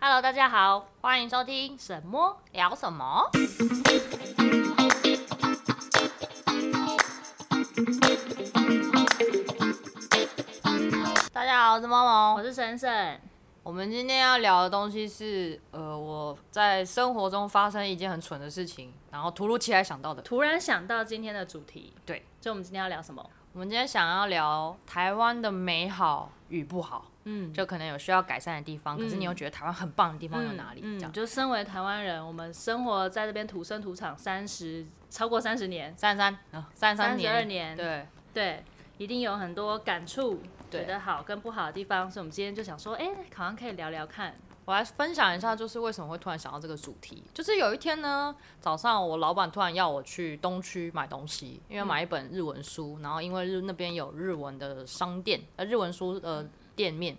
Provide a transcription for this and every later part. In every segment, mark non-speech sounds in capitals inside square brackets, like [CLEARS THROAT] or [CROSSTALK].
Hello，大家好，欢迎收听《什么聊什么》。大家好，我是猫猫，我是沈沈，我们今天要聊的东西是，呃，我在生活中发生一件很蠢的事情，然后突如其来想到的。突然想到今天的主题，对，就我们今天要聊什么？我们今天想要聊台湾的美好与不好，嗯，就可能有需要改善的地方，可是你又觉得台湾很棒的地方有嗯哪里？嗯这样，就身为台湾人，我们生活在这边土生土长三十超过三十年，三十三，呃三十三年， 32年对，对，一定有很多感触，对觉得好跟不好的地方，所以我们今天就想说，哎、好像可以聊聊看。 [LAUGHS] 我来分享一下，就是为什么会突然想到这个主题。就是有一天呢，早上我老板突然要我去东区买东西，因为买一本日文书，然后因为日那边有日文的商店，呃，日文书呃店面，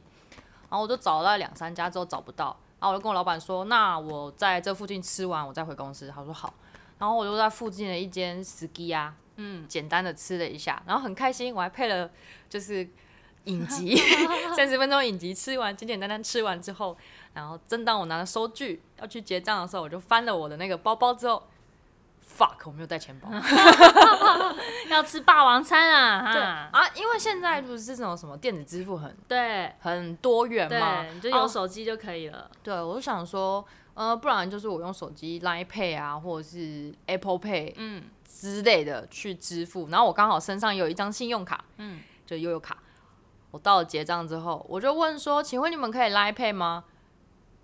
然后我就找了两三家之后找不到，然后我就跟我老板说，那我在这附近吃完，我再回公司。他说好，然后我就在附近的一间 ski 啊，嗯，简单的吃了一下，然后很开心，我还配了就是影集， [LAUGHS] 三十分钟影集吃完，简简单单吃完之后，然后正当我拿着收据要去结账的时候，我就翻了我的那个包包之后，fuck，我没有带钱包。啊要吃霸王餐啊，对哈，啊，因为现在不是这种什么电子支付很对很哦多元嘛，对，你就啊有手机就可以了。对，我就想说，呃，不然就是我用手机 Line Pay 啊，或者是 Apple Pay，嗯之类的去支付。然后我刚好身上有一张信用卡，嗯，就悠悠卡。我到了结账之后，我就问说：“请问你们可以 Line Pay 吗？”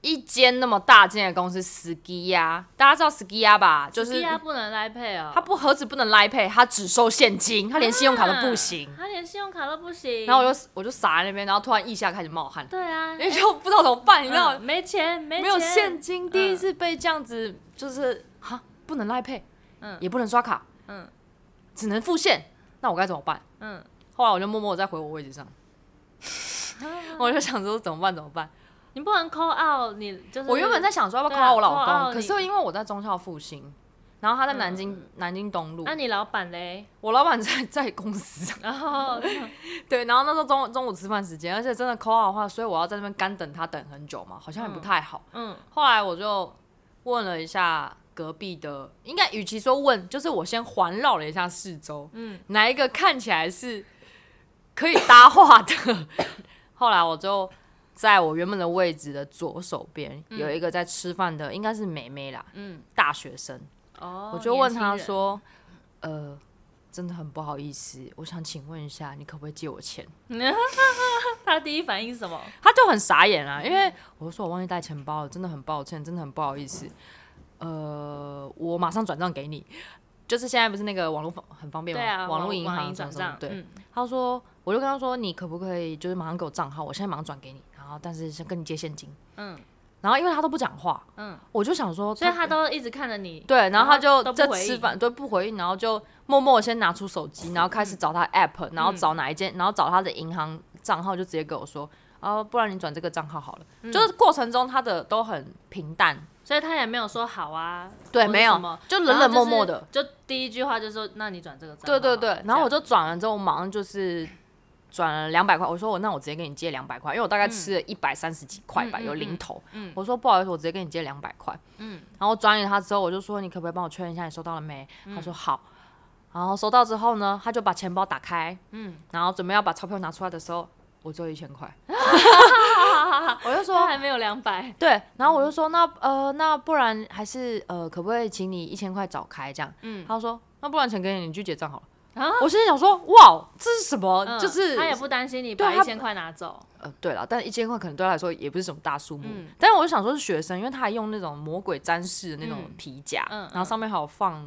一间那么大间的公司 s k i 呀，大家知道 s k i 呀吧？就低是压不能来配哦，它不何止不能 Line Pay，它只收现金，它连信用卡都不行。他连信用卡都不行。然后我就我就傻在那边，然后突然腋下开始冒汗，对啊，因为就不知道怎么办，你知道嗯没钱没没有钱现金，第一次被这样子，就是哈不能 Line Pay，嗯也不能刷卡，嗯只能付现，那我该怎么办？嗯，后来我就默默地再回我位置上， [LAUGHS] 我就想说怎么办怎么办？你不能 call out，你就是我原本在想说要不要对啊 call 我老 call 公， out 可是因为我在中校复兴，然后他在南京、南京东路，那、嗯啊你老板嘞， [LAUGHS] 我老板在 [LAUGHS] 在公司，然后嗯对，然后那时候中中午吃饭时间，而且真的 call out 的话，所以我要在那边干等他等很久嘛，好像也不太好。嗯后来我就问了一下隔壁的，应该与其说问，就是我先环绕了一下四周，嗯，哪一个看起来是可以搭话的？ [LAUGHS] 后来我就在我原本的位置的左手边、有一个在吃饭的，应该是梅梅啦，嗯大学生，哦，我就问他年轻人，说，呃。真的很不好意思，我想请问一下，你可不可以借我钱？他第一反应是什么？他就很傻眼啊，因为我就说我忘记带钱包了，真的很抱歉，真的很不好意思。呃，我马上转账给你。就是现在不是那个网络方很方便吗？对啊，网络银行什转么什么账，对，嗯他说，我就跟他说，你可不可以就是马上给我账号，我现在马上转给你，然后但是先跟你借现金。嗯然后因为他都不讲话，嗯，我就想说，所以他都一直看着你，对，然后他就都不在回吃应饭，对，不回应，然后就默默地先拿出手机，然后开嗯始找他 app，然后找哪一间，然后找他的银行账号，就直接跟我说，哦，不然你转这个账号好了。嗯就是过程中他的都很平淡，所以他也没有说好啊，对，或是没有哦什么，就冷冷漠漠的。，然后就是就第一句话就说，那你转这个账号对吧，对对，然后我就就转了之后，我马上就是转了两百块。我说我那我直接给你借两百块，因为我大概吃了一百三十几块吧，嗯嗯嗯有嗯零头。嗯我说不好意思，我直接给你借两百块。嗯然后转给他之后，我就说你可不可以帮我确认一下你收到了没？嗯他说好。然后收到之后呢，他就把钱包打开，嗯，然后准备要把钞票拿出来的时候，我只有一千 [LAUGHS] 块。我就他说还没有两百，对，然后嗯我就说那呃那不然还是呃可不可以请你一千块找开这样？嗯他说那不然钱给你，你去结账好了。啊我心里想说哇这是什么？嗯就是他也不担心你对把他一千块拿走，呃，对了，但一千块可能对他来说也不是什么大数目，嗯但是我就想说是学生，因为他还用那种魔鬼战士的那种嗯皮夹，嗯嗯然后上面还有放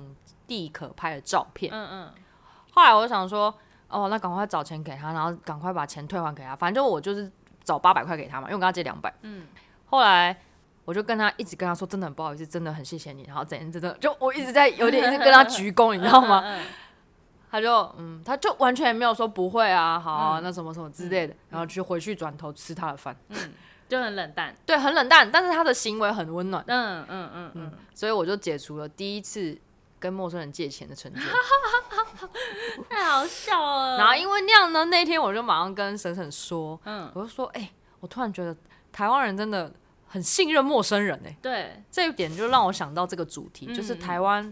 地可拍的照片。嗯嗯后来我就想说，哦，那赶快找钱给他，然后赶快把钱退还给他，反正我就是找八百块给他嘛，因为我跟他借两百。嗯，后来我就跟他一直跟他说，真的很不好意思，真的很谢谢你，然后怎样真的就我一直在有点一直跟他鞠躬， [LAUGHS] 你知道吗？嗯？嗯他就嗯，他就完全也没有说不会啊，好啊嗯那什么什么之类的，然后就回去转头吃他的饭。就很冷淡，对，很冷淡，但是他的行为很温暖，嗯嗯嗯嗯。所以我就解除了第一次跟陌生人借钱的成 [LAUGHS] 就。太好笑了。然后因为那样呢，那天我就马上跟沈沈说，嗯我就说，哎、我突然觉得台湾人真的很信任陌生人哎、对，这一点就让我想到这个主题，就是嗯台湾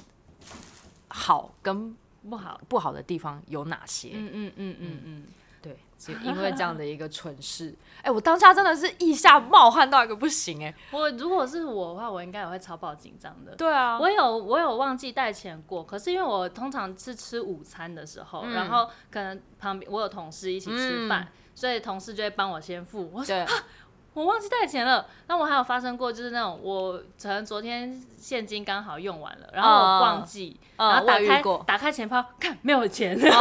好跟不好。不好的地方有哪些？嗯嗯嗯嗯嗯， [LAUGHS] 对，就因为这样的一个蠢事， [LAUGHS] 哎、我当下真的是腋下冒汗到一个不行哎、我如果是我的话，我应该也会超爆紧张的。对啊，我有我有忘记带钱过，可是因为我通常是吃午餐的时候，嗯然后可能旁边我有同事一起吃饭，所以同事就会帮我先付。[LAUGHS] 我对，我忘记带钱了。那我还有发生过，就是那种我可能昨天现金刚好用完了，然后我忘记，嗯然后打我有遇开过打开钱包，看没有钱，嗯嗯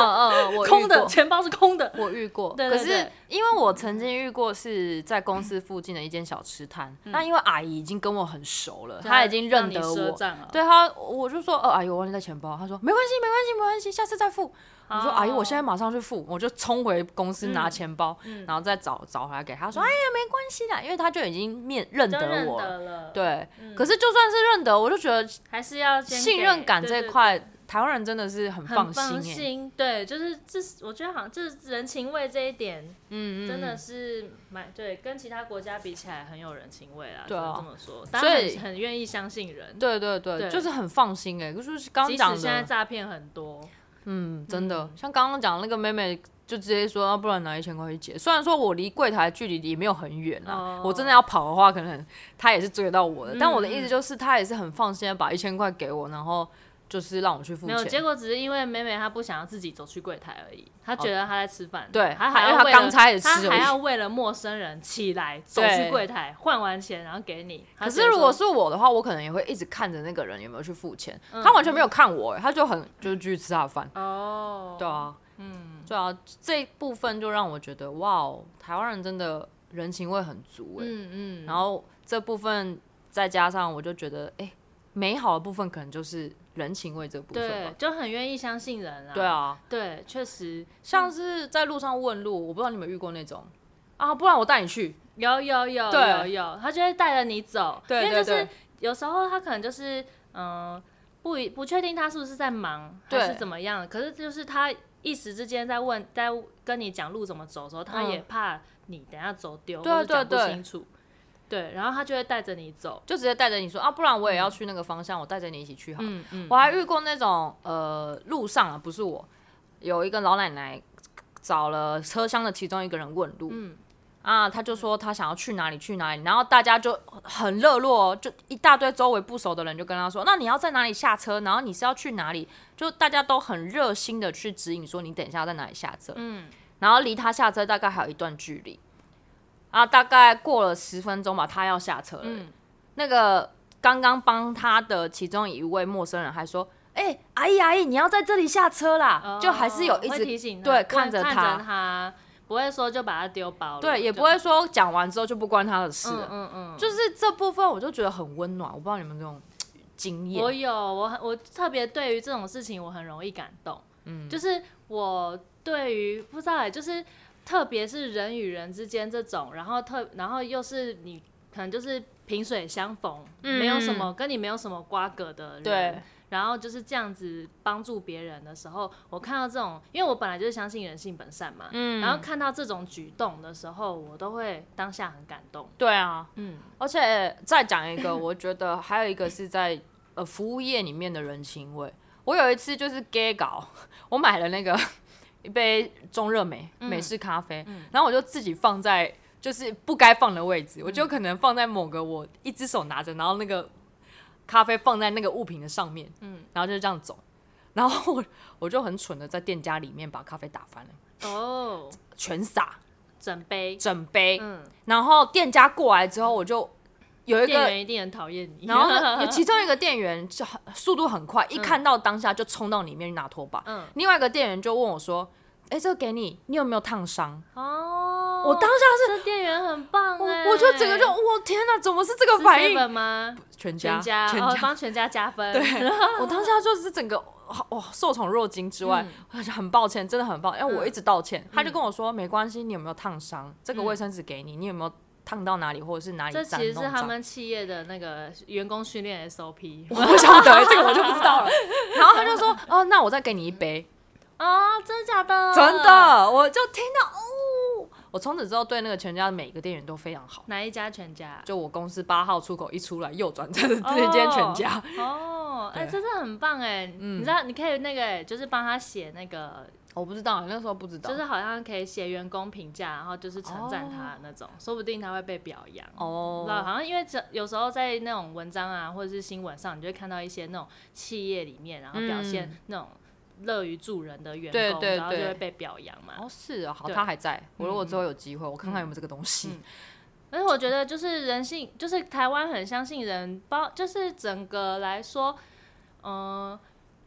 嗯，我遇 [LAUGHS] 空的过钱包是空的。我遇过，对可对是对因为我曾经遇过是在公司附近的一间小吃摊，那因为阿姨已经跟我很熟了，她已经认得让你赊我。账了。对她，我就说，呃，阿姨，我忘记带钱包。她说没关系，没关系，没关系，下次再付。我说，哦阿姨，我现在马上去付。我就冲回公司拿钱包，然后再找找回来给她。说，哎呀，没关系啦，因为她就已经面认都得认我得了。了，，对，嗯可是就算是认得，我就觉得还是要先信给任感这对一对块，台湾人真的是很很放心放哎、心，对，就是这是，我觉得好像这人情味这一点，嗯嗯，真嗯的是蛮对，跟其他国家比起来很有人情味啦，对啊只能这么说，大家所以很很愿意相信人，对对对，对就是很放心哎、就是刚即刚讲使的，现在诈骗很多，嗯，真的，像刚刚讲那个妹妹，就直接说，啊、不然拿一千块去结。虽然说我离柜台距离也没有很远啦，哦我真的要跑的话，可能她也是追得到我的。但我的意嗯思就是，她也是很放心的把一千块给我，然后就是让我去付没有，结钱。果只是因为美美她不想要自己走去柜台而已，她觉得她在吃饭，哦对她她还因要为她为了刚开始吃她而还已要为了陌生人起来走对去柜台换完钱然后给你，她可觉是得如果说嗯是我的话，我可能也会一直看着那个人有没有去付钱。他完全没有看我、欸，他就很就是继续吃他的饭。哦，对啊，嗯，对啊，这一部分就让我觉得，哇哦，台湾人真的人情味很足哎、嗯嗯，然后这部分再加上，我就觉得，哎、美好的部分可能就是人情味这部分对吧。，就很愿意相信人啊，对，啊，对，确实像是在路上问路，我不知道你们遇过那种啊，不然我带你去。有有有对有有，他就会带着你走，对因为就对是对有时候他可能就是嗯、呃不一不确定他是不是在忙对还是怎么样，可是就是他一时之间在问在跟你讲路怎么走的时候，他嗯也怕你等下走丢，对或者对讲不对清楚，对，然后他就会带着你走，就直接带着你说啊，不然我也要去那个方向，我带着你一起去好了。嗯嗯，我还遇过那种呃，路上啊，不是我，有一个老奶奶找了车厢的其中一个人问路，嗯啊，他就说他想要去哪里去哪里，然后大家就很热络、哦，就一大堆周围不熟的人就跟他说，那你要在哪里下车，然后你是要去哪里，就大家都很热心的去指引说你等一下要在哪里下车，嗯，然后离他下车大概还有一段距离，啊，大概过了十分钟吧，他要下车了，嗯那个刚刚帮他的其中一位陌生人还说，哎、阿姨阿姨，你要在这里下车啦，就还是有一哦会直提醒他，对会看看着他他，不会说就把他丢包了，对，也就不会说讲完之后就不关他的事了嗯嗯嗯，就是这部分我就觉得很温暖，我不知道你们这种经我验，有，我很我特别对于这种事情我很容易感动，嗯，就是我对于不知道哎、就是特别是人与人之间这种，然后特然后又是你可能就是萍水相逢，没有什么跟你没有什么瓜葛的嗯人，对，然后就是这样子帮助别人的时候，我看到这种，因为我本来就是相信人性本善嘛，嗯然后看到这种举动的时候，我都会当下很感动，对啊，嗯，而且再讲一个， [LAUGHS] 我觉得还有一个是在呃服务业里面的人情味。我有一次就是 gay 搞， [LAUGHS] 我买了那个 [LAUGHS] 一杯中热美嗯美式咖啡，然后我就自己放在就是不该放的位嗯置，我就可能放在某个我一只手拿着，然后那个咖啡放在那个物品的上面，嗯，然后就这样走，然后我我就很蠢的在店家里面把咖啡打翻了，哦，全洒整杯，整杯，嗯，然后店家过来之后，我就有一店个，员一定很讨厌你，然后 [LAUGHS] 呢有其中一个店员就很速度很快，一看到当下就冲到里面去拿拖把。嗯另外一个店员就问我说：“哎、这个给你，你有没有烫伤？”哦，我当下这店员很棒哎、我我就整个就我天哪，怎么是这个是反应？ 7-Eleven 吗？全家全家，全哦， [LAUGHS] 家，帮全家加分，对我当下就是整个哇受宠若惊之外，嗯很抱歉，真的很抱歉，因为我一直道歉。他就跟我说：“没关系，你有没有烫伤？这个卫生纸给你，你有没有烫到哪里，或者是哪里嗯这脏？”其实弄是他脏们企业的那个员工训练 SOP 我不晓得，这个我就不知 [LAUGHS] 道了。然后他就说：“哦，那我再给你一杯。嗯哦，真假的？”真，的，我就听到哦，我从此之后对那个全家的每个店员都非常好。哪一家全家？就我公司八号出口一出来，右转站的那间全家，哦，哎、对嗯真的很棒哎、你知道，你可以那个、哎就是帮他写那个，我不知道，那时候不知道。就是好像可以写员工评价，然后就是称赞他的那种，说不定他会被表扬。哦不知道，好像因为这有时候在那种文章啊，或者是新闻上，你就会看到一些那种企业里面，然后表现嗯那种乐于助人的员对工，对然后就对会被表扬嘛。哦，是啊，好，对他还在。我如果之后有机会，我看看有没有这个东西。嗯而且我觉得就是人性，就是台湾很相信人，包就是整个来说，嗯、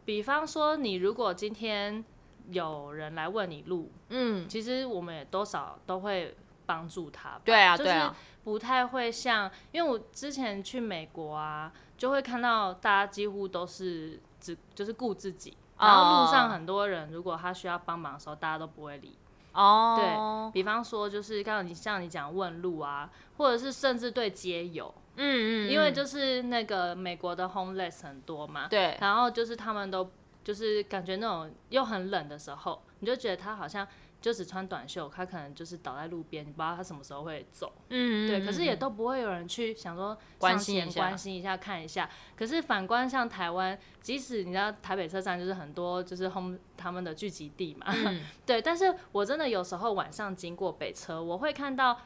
比方说你如果今天有人来问你路，嗯，其实我们也多少都会帮助他吧，对啊，就对是啊，不太会像，因为我之前去美国啊，就会看到大家几乎都是只就是顾自己。哦然后路上很多人，如果他需要帮忙的时候，大家都不会理哦，比方说，就是刚刚你像你讲问路啊，或者是甚至对街友，嗯嗯，因为嗯就是那个美国的 homeless 很多嘛，对，然后就是他们都就是感觉那种又很冷的时候，你就觉得他好像就只穿短袖，他可能就是倒在路边，你不知道他什么时候会走，嗯，嗯对，可是也嗯都不会有人去想说关上心前一下关心一下、看一下。可是反观像台湾，即使你知道台北车站就是很多就是 home 他们的聚集地嘛，嗯 [LAUGHS] 对。但是我真的有时候晚上经过北车，我会看到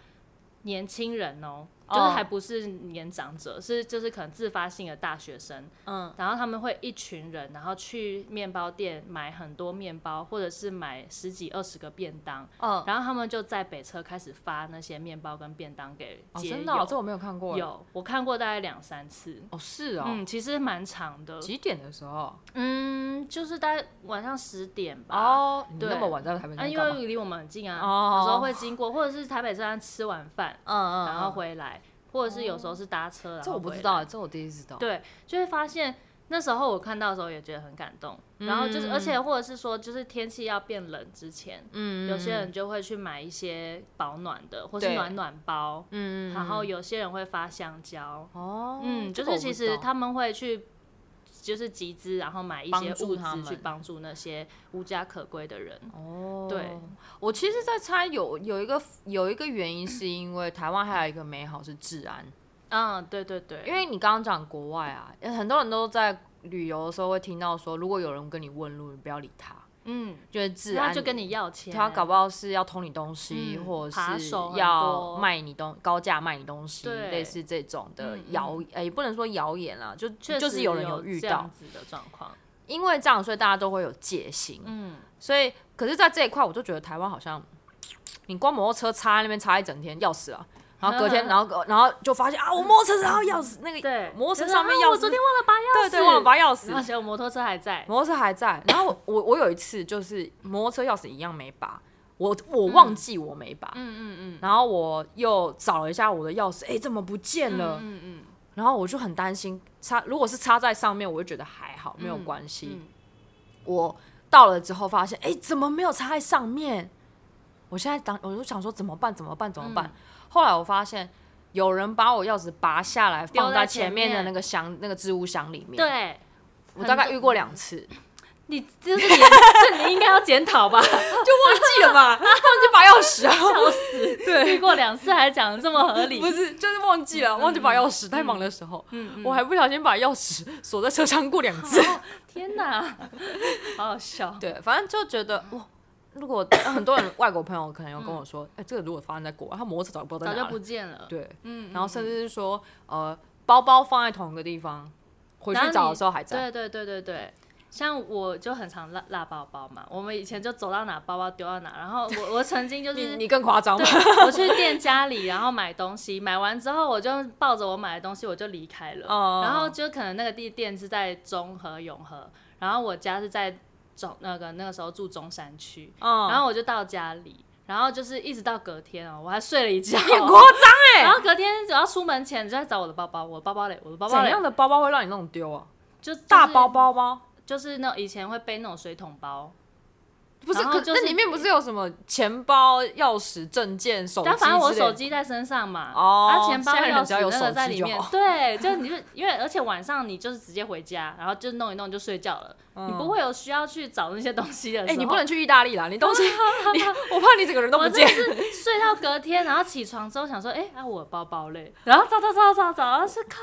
年轻人哦、就是哦还不是年长者，是就是可能自发性的大学生，嗯，然后他们会一群人，然后去面包店买很多面包，或者是买十几二十个便当，嗯，然后他们就在北车开始发那些面包跟便当给哦，街友。真的哦，这我没有看过。，有，我看过大概两三次。哦，是哦，嗯，其实蛮长的。几点的时候？嗯，就是大概晚上十点吧。哦，你对那么晚在台北啊，站因干嘛？为离我们很近啊，哦有时候会经过，或者是台北车站吃晚饭，嗯嗯，然后嗯，回来，或者是有时候是搭车，然这后我不回知来道，这我第一次知道。对，就会发现那时候我看到的时候也觉得很感动。嗯然后就是，而且或者是说，就是天气要变冷之前，嗯，嗯，有些人就会去买一些保暖的，或是对暖暖包。嗯，嗯，嗯然后有些人会发香蕉，哦，嗯，这就个我是不其知道实他们会去。就是集资，然后买一些帮助物他资去们帮助那些无家可归的人。哦，对，我其实，在猜有有一个有一个原因，是因为台湾还有一个美好是治安，嗯，对对对，因为你刚刚讲国外啊，很多人都在旅游的时候会听到说，如果有人跟你问路，你不要理他，嗯，就是治他安就跟你要钱，他啊搞不好是要偷你东西，啊嗯或扒者是手很要多卖你东高价卖你东西，对类似这种的嗯嗯谣，呃、也不能说谣言啦，就确就是实有有人有遇这样到，子的状况。因为这样，所以大家都会有戒心。嗯，所以，可是，在这一块，我就觉得台湾好像，你光摩托车插在那边插一整天，要死 [LAUGHS] 啊！然后隔天，然后然后就发现啊，我摩托车上要钥匙，那个对，哎摩托车就是上面啊钥匙我昨天忘了拔钥对匙，对，忘了拔钥匙然，后结果啊摩托车还在，摩托车还在。然后我我我有一次就是摩托车钥匙一样没拔，我我忘记我没拔，嗯嗯然后我又找了一下我的钥匙，哎、怎么不见了？嗯嗯，然后我就很担心插，如果是插在上面，我就觉得还好，没有嗯关系。嗯我到了之后发现，哎、怎么没有插在上面？我现在当我就想说怎么办？怎么办？怎么办？嗯后来我发现有人把我钥匙拔下来，丢放在在前前面的面那个箱、那个置物箱里面。，对我大概很遇过两次，你这是你， [LAUGHS] 这你应该要检讨吧？就忘记了 [LAUGHS] 吧，忘记拔钥匙啊。笑死！对，遇过两次还讲的这么合理，不是，就是忘记了，忘记拔钥匙，太忙的时候，嗯我还不小心把钥匙锁在车厢过两次。哦天哪，好好笑。 [LAUGHS] 对，反正就觉得哇，如果呃很多人外国朋友可能有跟我说，哎、这个如果发生在国外，他摩托 [LAUGHS] 车早就不知道早在就哪不了。见了。对，嗯，嗯然后甚至是说，呃，包包放在同一个地方，回然去后找的你时候还在。对对对对对，像我就很常落落包包嘛，我们以前就走到哪包包丢到哪，然后我我曾经就你是。你更夸张吗？ [LAUGHS] 对，我去店家里，然后买东西，买完之后我就抱着我买的东西我就离开了。哦然后就可能那个地店是在中和永和，然后我家是在中那个那个时候住中山区，嗯，然后我就到家里，然后就是一直到隔天哦，我还睡了 [LAUGHS] 一觉。你很夸张然后隔天只要出门前，就在找我的包包，我的包包嘞，我的包包怎嘞，样的包包会让你弄丢啊？就就是大包包吗？就是那种以前会背那种水桶包，不是，然后可就是那里面不是有什么钱包、钥匙、证件、手机之类但的？反正我手机在身上嘛，哦啊，钱包、现在人钥只要有匙那手个机在里就面好，对，就你就因为而且晚上你就是直接回家，然后就弄一弄就睡觉了，你不会有需要去找那些东西的时嗯哎、候。你 [LAUGHS] 不能去意大利啦，你东西，你我怕你整个人都不我见真。的是睡到隔天，然后起床之后想说，哎、啊，我的包包嘞，然后找找找找找，然后是 [LAUGHS] 靠，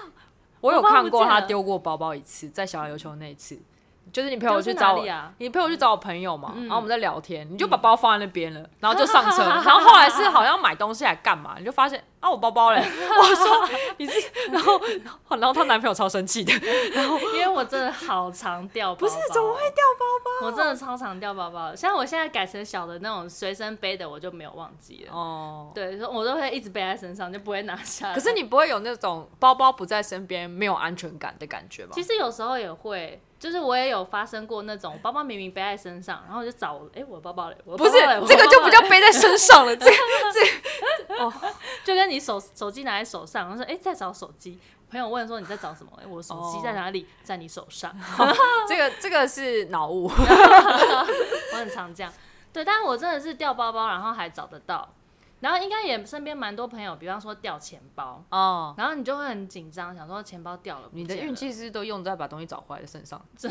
我有包包看不过见他了丢过包包一次，在小琉球那一次，就是你陪我丢去去找哪我里啊你陪我去找我朋友嘛，嗯然后我们在聊天，你就把包放在那边了，然后就上车，然后后来是好像买东西还干嘛，你就发现啊我包包嘞， [LAUGHS] 我说你是，然后然后她男朋友超生气的，因为我真的好常掉包包，不是怎么会掉包我真的超常掉包包，像我现在改成小的那种随身背的，我就没有忘记了。包？哦，对，所以我都会一直背在身上，就不会拿下来。可是你不会有那种包包不在身边没有安全感的感觉吗？其实有时候也会，就是我也有发生过那种包包明明背在身上，然后我就找我，哎、我的包包嘞，我的不是包包嘞这个就不叫，我的包包嘞背在身上 [LAUGHS] 了，这个就跟你手手机拿在手上，然后说，哎、在找手机。朋友问说你在找什么？哎、我手机在哪里？在你手上。这 [LAUGHS] 个这个是脑雾。我很常这样。对，但是我真的是掉包包，然后还找得到，然后应该也身边蛮多朋友，比方说掉钱包， [LAUGHS] 哦，然后你就会很紧张，想说钱包掉了，你的不见了运气是都用在把东西找回来的身上，真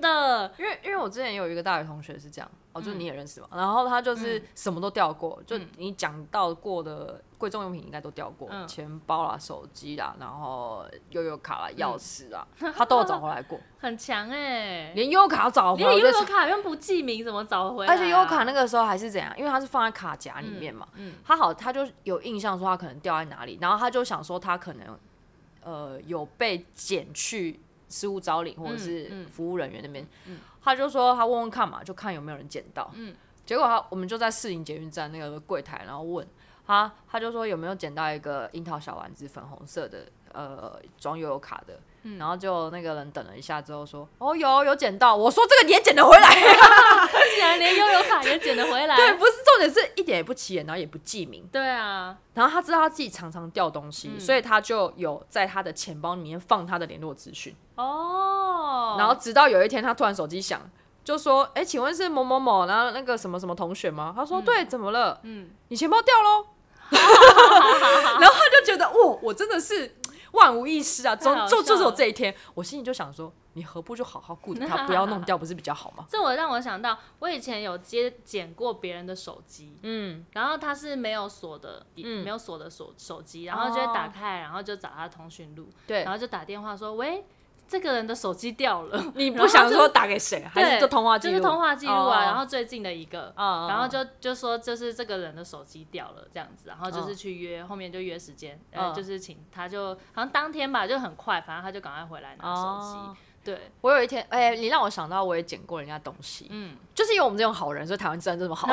的，因为因为我之前有一个大学同学是这样，哦，就是你也认识嘛，然后他就是什么都掉过，就你讲到过的贵重用品应该都掉过，嗯钱包啦、手机啦，然后悠悠卡啦、钥匙啦，他都有找回来 [LAUGHS] 过，很强哎、连悠悠卡都找回来，我连悠就悠卡用不记名怎么找回来、啊？而且悠悠卡那个时候还是怎样，因为它是放在卡夹里面嘛，嗯他好他就有印象说他可能掉在哪里，然后他就想说他可能呃有被捡去失物招领或者是嗯嗯服务人员那边，嗯他就说他问问看嘛，就看有没有人捡到，嗯结果他我们就在市营捷运站那个柜台，然后问他，他就说有没有捡到一个樱桃小丸子粉红色的呃装悠悠卡的。嗯然后就那个人等了一下之后说：“哦，有有捡到。”我说：“这个你也捡得回来。”竟然连悠悠卡也捡得回来， [LAUGHS] 对，不是重点是一点也不起眼，然后也不记名。对啊，然后他知道他自己常常掉东西，嗯所以他就有在他的钱包里面放他的联络资讯。哦，然后直到有一天，他突然手机响，就说：“哎、请问是某某某，然后那个什么什么同学吗？”他说：“对，怎么了？嗯，你钱包掉 [LAUGHS] 喽。”然后他就觉得，哇，我真的是万无一失啊！太总好就就是笑有了这一天，我心里就想说，你何不就好好顾着它，不要弄掉，不是比较好吗？这我让我想到，我以前有接捡过别人的手机，嗯，然后它是没有锁的，嗯哦没有锁的手手机，然后就会打开，然后就找他通讯录，对然，后就打电话说，喂，这个人的手机掉了，你然不后想就说打给谁， [LAUGHS] 还是对就通话记就录？是通话记录啊，哦然后最近的一个。啊然后就就说就是这个人的手机掉了这样子，然后就是去约，后面就约时间，呃，嗯就是请他就好像当天吧，就很快，反正他就赶快回来拿手机。哦对，我有一天，哎、你让我想到我也捡过人家东西，嗯，就是因为我们这种好人，所以台湾治安这 [LAUGHS] 么好，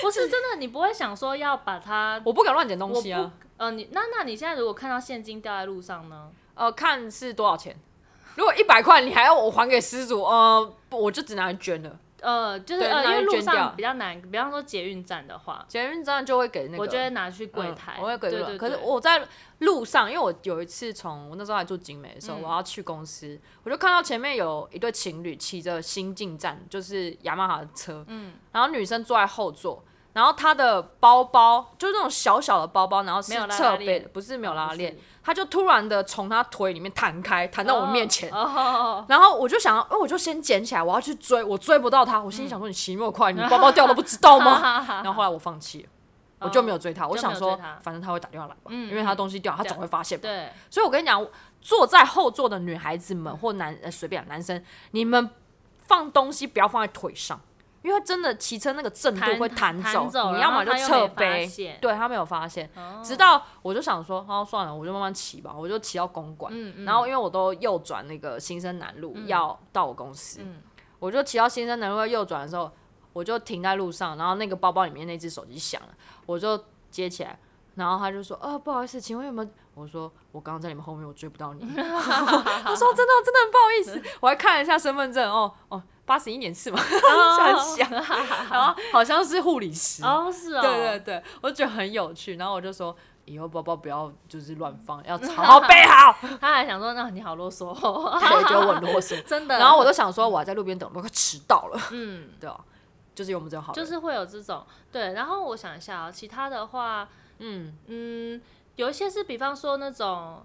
不是真的，你不会想说要把它我不敢乱捡东我西啊。不，呃，你那那你现在如果看到现金掉在路上呢？呃，看是多少钱，如果一百块，你还要我还给失主，呃，不我就只拿来捐了。呃，就是对呃，拿去因为路捐掉上比较难，比方说捷运站的话，捷运站就会给那个，我就会拿去柜嗯台，我会给对路对人。可是对我在路上，因为我有一次从我那时候还住景美的时候，嗯我要去公司，我就看到前面有一对情侣骑着新进站，就是雅马哈的车，嗯然后女生坐在后座，然后她的包包就是那种小小的包包，然后是没有拉侧拉背链的，不是没有拉链不是，哦她就突然的从她腿里面弹开，弹到我面前。哦哦哦，然后我就想要，因为我就先捡起来，我要去追，我追不到她，我心里想说你骑那么快，你包包掉都不知道吗？ [LAUGHS] 然后后来我放弃了，我就没有追她，我哦就想没有说追她反正她会打电话来吧，嗯因为她东西掉，她总会发现吧。对，所以我跟你讲，坐在后座的女孩子们或男呃随便啊男生，你们放东西不要放在腿上，因为真的骑车那个震度弹会弹弹走你要然后么就他又侧没发背现，对他没有发现。哦直到我就想说，哦算了，我就慢慢骑吧，我就骑到公馆，嗯嗯然后因为我都右转那个新生南路、要到我公司，嗯我就骑到新生南路要右转的时候，我就停在路上，然后那个包包里面那只手机响了，我就接起来，然后他就说：“呃，不好意思，请问有没有？”我说：“我刚刚在你们后面，我追不到 [LAUGHS] 你。” [LAUGHS] 他说：“真的，真的很不好意思。”我还看了一下身份证，哦哦，八十一年次嘛， [LAUGHS] 很想，然后好像是护理师，哦哦是哦，嗯对对对，我觉得很有趣。然后我就说：“咦、以后包包不要就是乱放，要好好背 [LAUGHS] 好。他还想说，那你好啰嗦哦，对，就我很啰嗦。真 [LAUGHS] 的。然后我就想说，我还在路边等，我都快迟到 [LAUGHS] 了，嗯，对啊，就是因为我们这种好人，就是会有这种对。然后我想一下啊、其他的话，嗯嗯，有一些是比方说那种，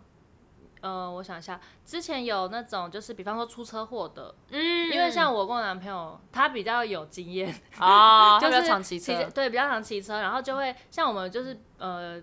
呃，我想一下，之前有那种就是比方说出车祸的，嗯因为 [LAUGHS] 像我跟我男朋友，他比较有经验，啊，就他比是较常骑车，对，比较常骑车，然后就会像我们就是呃。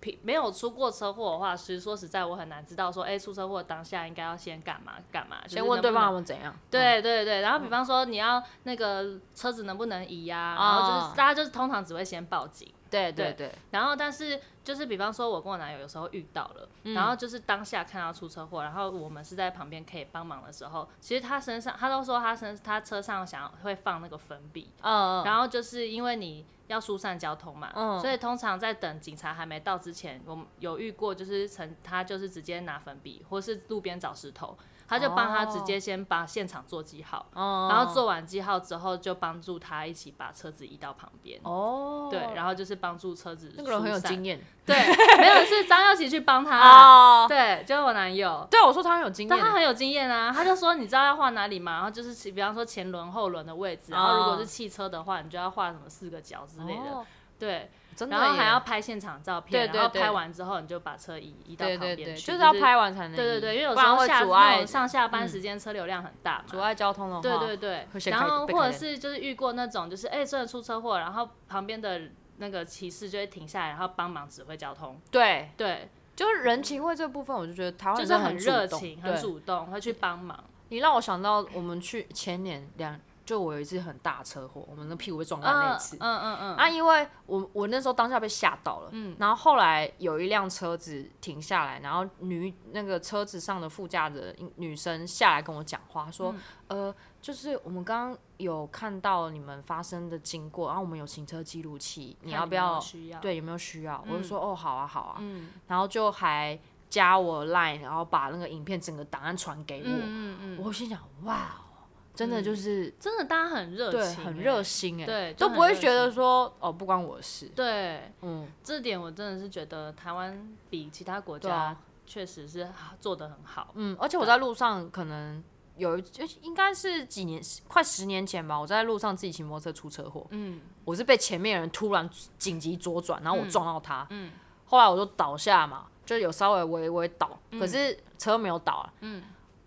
平没有出过车祸的话，其实说实在，我很难知道说，哎、出车祸当下应该要先干嘛干嘛，就是先问能对不方能他们怎样。对对对，然后嗯比方说你要那个车子能不能移呀、然后就啊是大家就是通常只会先报警，嗯对对对对，然后但是就是比方说我跟我男友有时候遇到了，然嗯后就是当下看到出车祸，然后我们是在旁边可以帮忙的时候，其实他身上他都说他身他车上想要会放那个粉笔，嗯嗯然后就是因为你要疏散交通嘛，嗯所以通常在等警察还没到之前，我们有遇过，就是曾他就是直接拿粉笔或是路边找石头，他就帮他直哦接先把现场做记号，嗯然后做完记号之后就帮助他一起把车子移到旁边。哦，对，然后就是帮助车子疏那散。个人很有经验对， [LAUGHS] 没有是张耀琪去帮他。啊。对，就是我男友，对，我说他很有经但验他，很有经验啊，他就说你知道要画哪里吗？然后就是其比方说前轮后轮的位置，然后如果是汽车的话，你就要画什么四个角之类的，哦，对，真的然后还耶要拍现场照片，对对然后对拍完之后你就把车移移到对旁对边对，去就是要。拍完才能移，对对对，因为有不时然候会下阻碍那种上下班嗯时间车流量很大嘛，阻碍交通的话，对对对会，先然开后被或看者见是就是遇过那种，就是哎、真的出车祸，然后旁边的那个骑士就会停下来，然后帮忙指挥交通。对，对，就是人情味这部分，我就觉得台湾就人是真的很主热动情，很对主动，会去帮忙。你让我想到我们去前年两，就我有一次很大车祸，我们的屁股被撞烂那一嗯次。嗯嗯嗯，啊，因为我我那时候当下被吓到了，嗯，然后后来有一辆车子停下来，然后女那个车子上的副驾的女生下来跟我讲话，说，嗯呃，就是我们刚刚有看到你们发生的经过，然后我们有行车记录器，你要看有不没有要？需要？，对，有没有需要？我就嗯说，哦，好啊，好啊，嗯然后就还加我 Line，然后把那个影片整个档案传给我，嗯嗯嗯，我心想，哇哦，真的就是、真的大家很热情对，欸，很热心哎、对都真的不会很热觉得说哦，不关我的事，对，嗯，这点我真的是觉得台湾比其他国对啊家确实是啊做的很好。嗯，而且我在路上可能有一，就是应该是几年，快十年前吧，我在路上自己骑摩托车出车祸，嗯，我是被前面的人突然紧急左转，然后我撞到他，嗯后来我就倒下嘛，就有稍微微微倒，嗯可是车没有倒啊，嗯，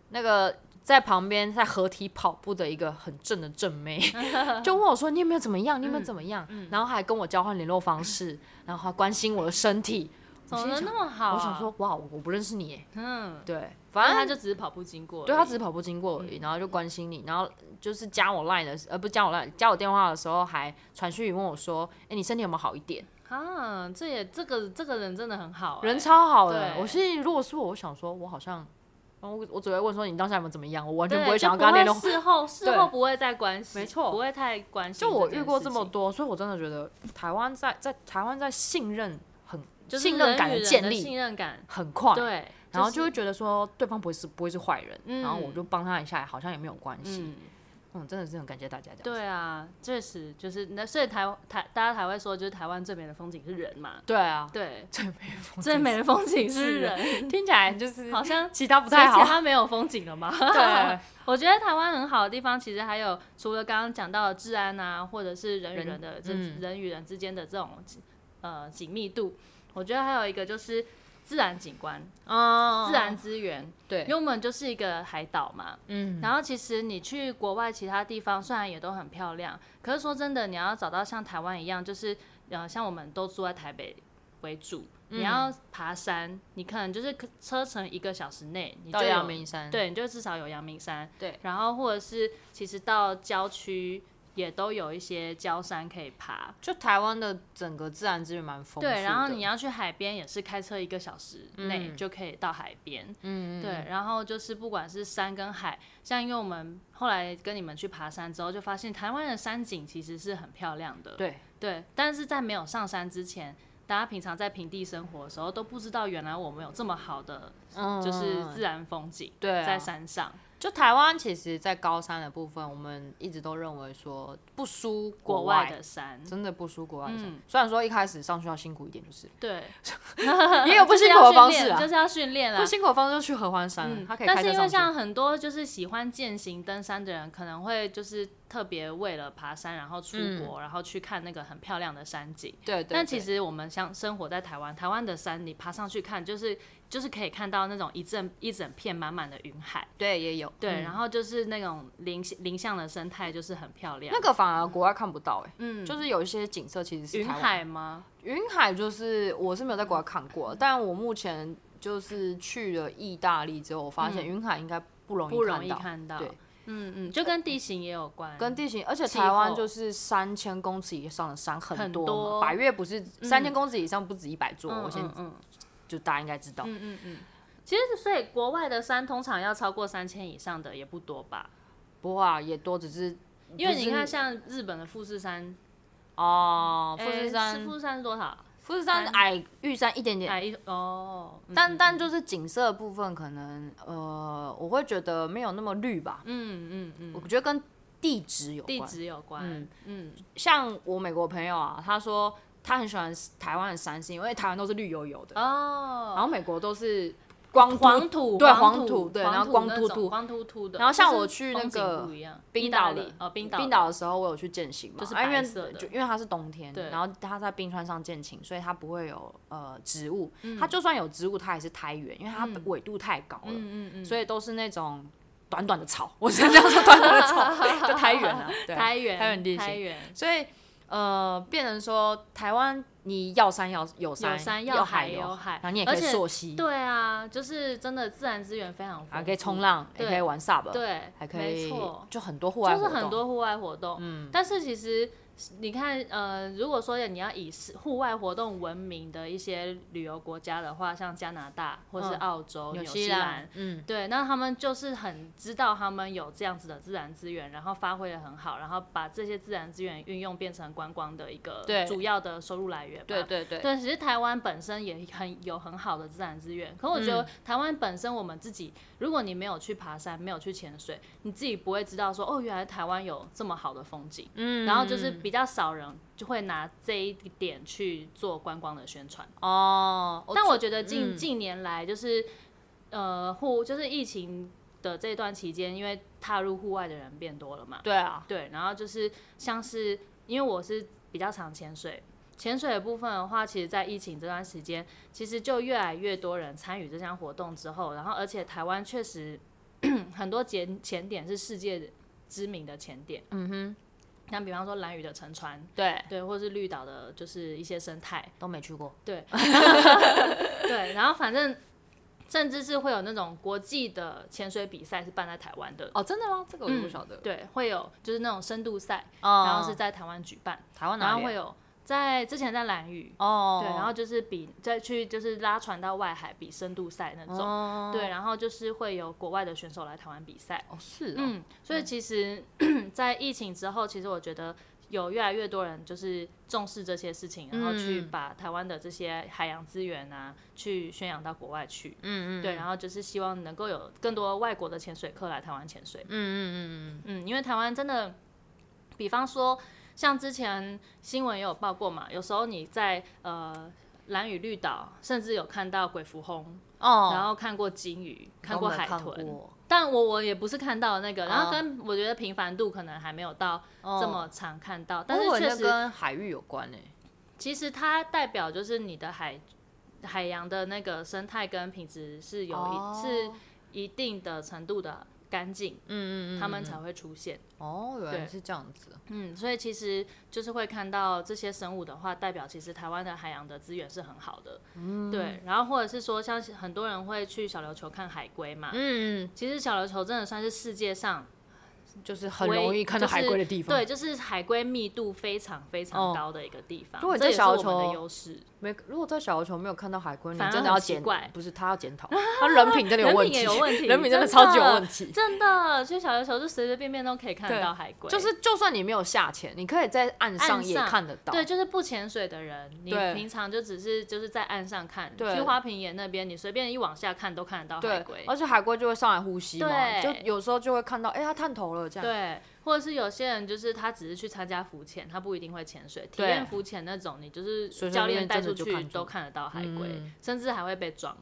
那个。在旁边在合体跑步的一个很正的正妹， [LAUGHS] 就问我说：“你有没有怎么样？你嗯有没有怎么样？”然后还跟我交换联络方式，然后还关心我的身体。怎么能那么好、我想，说：“哇，我不认识你耶。嗯”，对，反反正正他就只嗯是跑步经过而已，对他啊只是跑步经过而已，然后就关心你，然后就是加我 line 的时，呃，不是加我 line，加我电话的时候还传讯息问我说：“哎、你身体有没有好一点啊，这也这个这个人真的很好、？”欸，人超好的。对我心里如果是我，我想说，我好像，然后我我只会问说你当下有没有怎么样，我完对全不就不会想要跟他联络。会事后事对后不会再关心，没错不会太关心。就我遇过这么，多，所以我真的觉得台湾在在台湾在信任很、就是信任感人的与人的建立信任感，很快，对，然后就是会觉得说对方不会是不会是坏人，嗯然后我就帮他一下，好像也没有关系。嗯嗯，真的是很感谢大家这样子。对啊，确实就是那，所以台台大家才会说，就是台湾最美的风景是人嘛，对啊，对，最美的风景最 [LAUGHS] 美的风景是是人，听起来就是好像其 [LAUGHS] 他不不太好。他没有风景了吗？对，我觉得台湾很好的地方，其实还有除了刚刚讲到的治安啊，或者是人与人的这嗯人与人之间的这种呃紧密度，我觉得还有一个就是自然景观、嗯，自然资源，对因为，我们就是一个海岛嘛。嗯，然后其实你去国外其他地方，虽然也都很漂亮，可是说真的，你要找到像台湾一样，就是呃，像我们都住在台北为主，嗯你要爬山，你可能就是车程一个小时内，你就到阳有明山，，对，你就至少有阳明山，对然后或者是其实到郊区也都有一些郊山可以爬，就台湾的整个自然资源蛮丰富的。对，然后你要去海边也是开车一个小时内嗯就可以到海边，嗯，嗯，对，然后就是不管是山跟海，像因为我们后来跟你们去爬山之后，就发现台湾的山景其实是很漂亮的，对，对，但是在没有上山之前。大家平常在平地生活的时候都不知道，原来我们有这么好的嗯就是自然风景对啊在山上。就台湾其实，在高山的部分，我们一直都认为说不输国外外的山，真的不输国外的山。嗯虽然说一开始上去要辛苦一点， [LAUGHS] 就是对，呃也有不就是辛要苦的方训式练啊就。是要训练啦不。辛苦的方式就去合欢山，啊嗯它可，以但开是车因为上去。像很多就是喜欢健行登山的人，可能会就是特别为了爬山，然后出国，然后去看那个很漂亮的山景。对嗯对对，但其实我们像生活在台湾，台湾的山你爬上去看，就是就是可以看到那种一阵一整片满满的云海，对也有对，嗯然后就是那种林林相的生态就是很漂亮。那个反而国外看不到哎、嗯，就是有一些景色其实是云台湾海嗯吗？云海就是我是没有在国外看过，但我目前就是去了意大利之后，我发现云海应该不容易嗯不容易到，看到。对嗯嗯，就跟地形也有关，跟地形，而且气台湾候就是三千公尺以上的山很很多嘛，多百越不是三千公尺以上不止一百座，嗯我先嗯嗯就大家应该知道，嗯嗯嗯。其实，所以国外的山通常要超过三千以上的也不多吧，不过啊也多只是因为你不看是像日本的富士山，哦，富诶士是山，富士山是多少？富士山山矮玉山一点点，哎一哦，嗯但但就是景色的部分，可能呃，我会觉得没有那么绿吧。嗯嗯嗯，我觉得跟地质有地关。质有关，嗯嗯像我美国朋友啊，他说他很喜欢台湾的山，是因为台湾都是绿油油的，哦，然后美国都是光秃黄土对黄黄土对然后光光秃秃光秃秃的。然后像就是我去那风景个不一样冰意大岛利的哦，冰岛冰冰岛的时候，我有去践行嘛，就是啊因为白色的就因为它是冬天对，然后它在冰川上践行，所以它不会有呃植物，它就算有植物，它也是苔原，因为它纬度太高了，嗯嗯嗯，所以都是那种短短的草， [LAUGHS] 我是这样说，短短的草 [LAUGHS] 就苔原啊，对啊开源苔原地开形，源所以呃，变成说台湾你要山要有山，有山要海有有海然后你也而可以且溯溪，对啊，就是真的自然资源非常丰富，还可以冲，浪，也对可以玩 SUP，，对，还可没以错，就很多户外就活是动，很多户外活动。嗯，但是其实你看，呃，如果说你要以是户外活动闻名的一些旅游国家的话，像加拿大或是嗯澳洲、纽西兰兰，，嗯，对，那他们就是很知道他们有这样子的自然资源，然后发挥的很好，然后把这些自然资源运用变成观光的一个对主要的收入来源吧。对对对，对，其实台湾本身也很有很好的自然资源，可我觉嗯得台湾本身我们自己，如果你没有去爬山，没有去潜水，你自己不会知道说哦，原来台湾有这么好的风景。嗯然后就是比较少人就会拿这一点去做观光的宣传。哦，但我我觉得近、近年来就是呃户就是疫情的这段期间，因为踏入户外的人变多了嘛，对啊，对，然后就是像是因为我是比较常潜水，潜水的部分的话，其实在疫情这段时间，其实就越来越多人参与这项活动之后，然后而且台湾确实 [CLEARS THROAT] 很多潜潜点是世界知名的潜点，嗯哼，像比方说蓝屿的沉船，对，对，或是绿岛的，就是一些生态，都没去过，对，对，然后反正。甚至是会有那种国际的潜水比赛是办在台湾的，哦，真的吗？这个我嗯不晓得，对，会有就是那种深度赛，哦然后是在台湾举办，台湾然哪后会里啊？有在之前在兰屿，哦，对，然后就是比再去就是拉船到外海比深度赛那种，哦，对，然后就是会有国外的选手来台湾比赛，哦是哦，嗯，所以其实 [COUGHS] 在疫情之后，其实我觉得。有越来越多人就是重视这些事情，然后去嗯把台湾的这些海洋资源啊，去宣扬到国外去。嗯嗯对，然后就是希望能够有更多外国的潜水客来台湾潜水。嗯嗯嗯嗯，嗯，因为台湾真的，比方说像之前新闻也有报过嘛，有时候你在呃蓝屿绿岛，甚至有看到鬼蝠鲱，哦，然后看过鲸鱼，看过都没海看豚。过但我我也不是看到那个，然后哦跟我觉得频繁度可能还没有到哦这么常看到，但我以是为确那实，跟海域有关欸诶，其实它代表就是你的海海洋的那个生态跟品质是有一、是哦一定的程度的干净，嗯嗯嗯，它们嗯才会出现。哦，原来对是这样子，嗯，所以其实就是会看到这些生物的话，代表其实台湾的海洋的资源是很好的，嗯对。然后或者是说，像是很多人会去小琉球看海龟嘛，嗯，其实小琉球真的算是世界上就是很容易看到海龟的地方。哦对，就是海龟密度非常非常高的一个地方。如果你这在也是小我琉们的球优势，没，如果在小琉球没有看到海龟，你反而真的要很奇检怪，不是他要检 [LAUGHS] 讨，他人品真的有人问品题，也 [LAUGHS] 有问题人品真的真超级有的问 [LAUGHS] 题。真的去小琉球就随随便便都可以看对得到海龟，就是就算你没有下潜，你可以在岸上岸也上看得到。对，就是不潜水的人，你对平常就只是就是在岸上看，对去花瓶岩那边，你随便一往下看都看得到海对龟，而且海龟就会上来呼吸嘛，对就有时候就会看到，哎、它探头了这样。对，或者是有些人就是他只是去参加浮潜，他不一定会潜水，体对验浮潜那种，你就是随随教便练便带真的出就去看都住看得到海龟，嗯甚至还会被撞，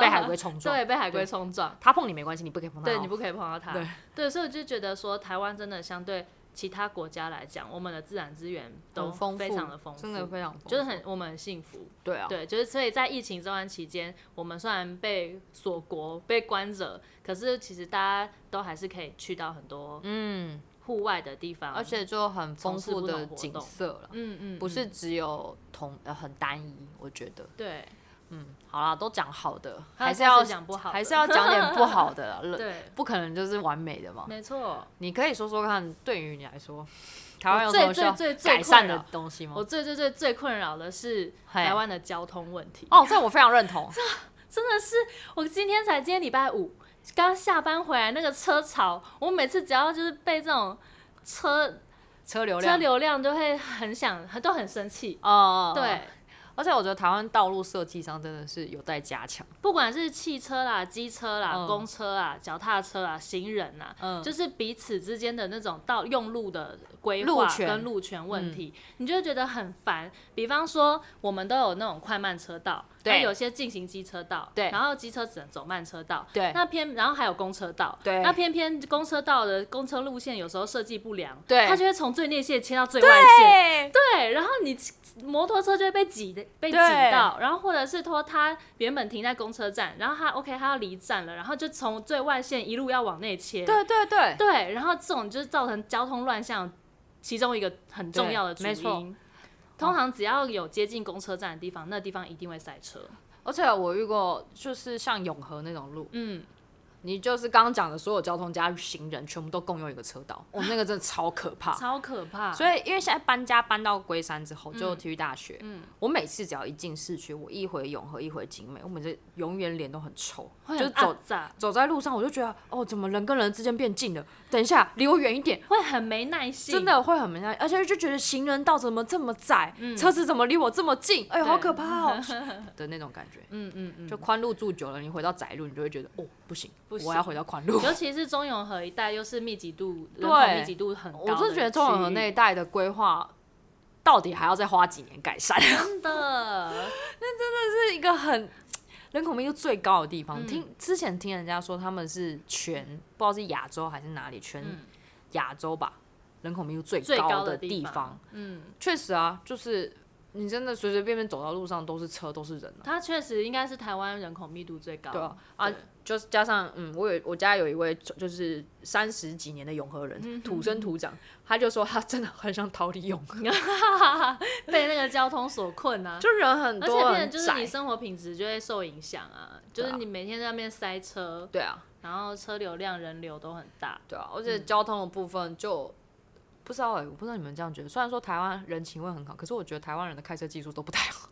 被海龟冲撞， [LAUGHS] 对，被海龟对冲撞，它碰你没关系，你不可以碰它哦。对你不可以碰到它，对 [LAUGHS] 对，所以我就觉得说，台湾真的相对其他国家来讲，我们的自然资源都很丰富，非常的丰富，真的非常丰富，就是很我们很幸福，对啊，对，就是所以在疫情这段期间，我们虽然被锁国、被关着，可是其实大家都还是可以去到很多嗯，户外的地方，而且就很丰富的从事不同活动景色了，嗯，嗯嗯，不是只有同呃很单一，我觉得，对嗯，好啦，都讲好的，还还有是要开始讲不好的，还是要讲点不好的啦 [LAUGHS] 对，不可能就是完美的嘛。没错。你可以说说看，对于你来说，台湾有我什么最需要最最最改善困的扰东西吗我？最最最最困扰的是嘿台湾的交通问题。哦，这我非常认 [LAUGHS] 同，真的是，我今天才今天礼拜五刚下班回来，那个车潮，我每次只要就是被这种车车流量，车流量，就会很想都很生气。哦，对，，而且我觉得台湾道路设计上真的是有待加强，不管是汽车啦、机车啦、嗯公车啊、脚踏车啊、行人啊，嗯就是彼此之间的那种道用路的规路划权嗯跟路权问题，你就会觉得很烦。比方说，我们都有那种快慢车道，啊对那有些进行机车道，对然后机车只能走慢车道，对那偏然后还有公车道，对那偏偏公车道的公车路线有时候设计不良，对它就会从最内线切到最外线，对，对，然后你摩托车就会被挤的，被挤对到，然后或者是说他原本停在公车站，然后他 OK 他要离站了，然后就从最外线一路要往内切，对对对，对，然后这种就是造成交通乱象其中一个很重要的主对没错因。通常只要有接近公车站的地方，那地方一定会塞车。而且我遇过就是像永和那种路，嗯，你就是刚刚讲的所有交通加行人全部都共用一个车 [LAUGHS] 道，我、哦、那个真的超可怕。超可怕。所以，因为现在搬家搬到龟山之后，就体育大学。嗯我每次只要一进市区，我一回永和，一回景美，我每次永远脸都很臭，会就很走阿杂，走在路上，我就觉得哦，怎么人跟人之间变近了？等一下，离我远一点，会很没耐心，真的会很没耐，而且就觉得行人道怎么这么窄，车子怎么离我这么近？哎呦，嗯对好可怕 [LAUGHS] 哦的那种感觉。嗯嗯嗯，就宽路住久了，你回到窄路，你就会觉得哦，不行，不行我要回到宽 [LAUGHS] 路。尤其是中永和一带，又是密集度人口对密集度很高的我真的觉得中永和区域那一带的规划，到底还要再花几年改善？真的，是一个很人口密度最高的地方。嗯听之前听人家说他们是全不知道是亚洲还是哪里，全嗯亚洲吧，人口密度最最高的的地方方。嗯，确实啊，就是你真的随随便便走到路上都是车，都是人啊。它确实应该是台湾人口密度最高。对啊，啊哦对，就是加上嗯，我有我家有一位就就是三十几年的永和嗯人，土生土长，他就说他真的很想逃离永 [LAUGHS] 和，被那个交通所困啊。就人很而多，且变很成就是你窄。生活品质就会受影响啊，就对是啊你每天在那边塞车，对啊，然后车流量、人流都很大。对啊，而且嗯交通的部分就不知道哎、我不知道你们这样觉得。虽然说台湾人情味很好，可是我觉得台湾人的开车技术都不太好。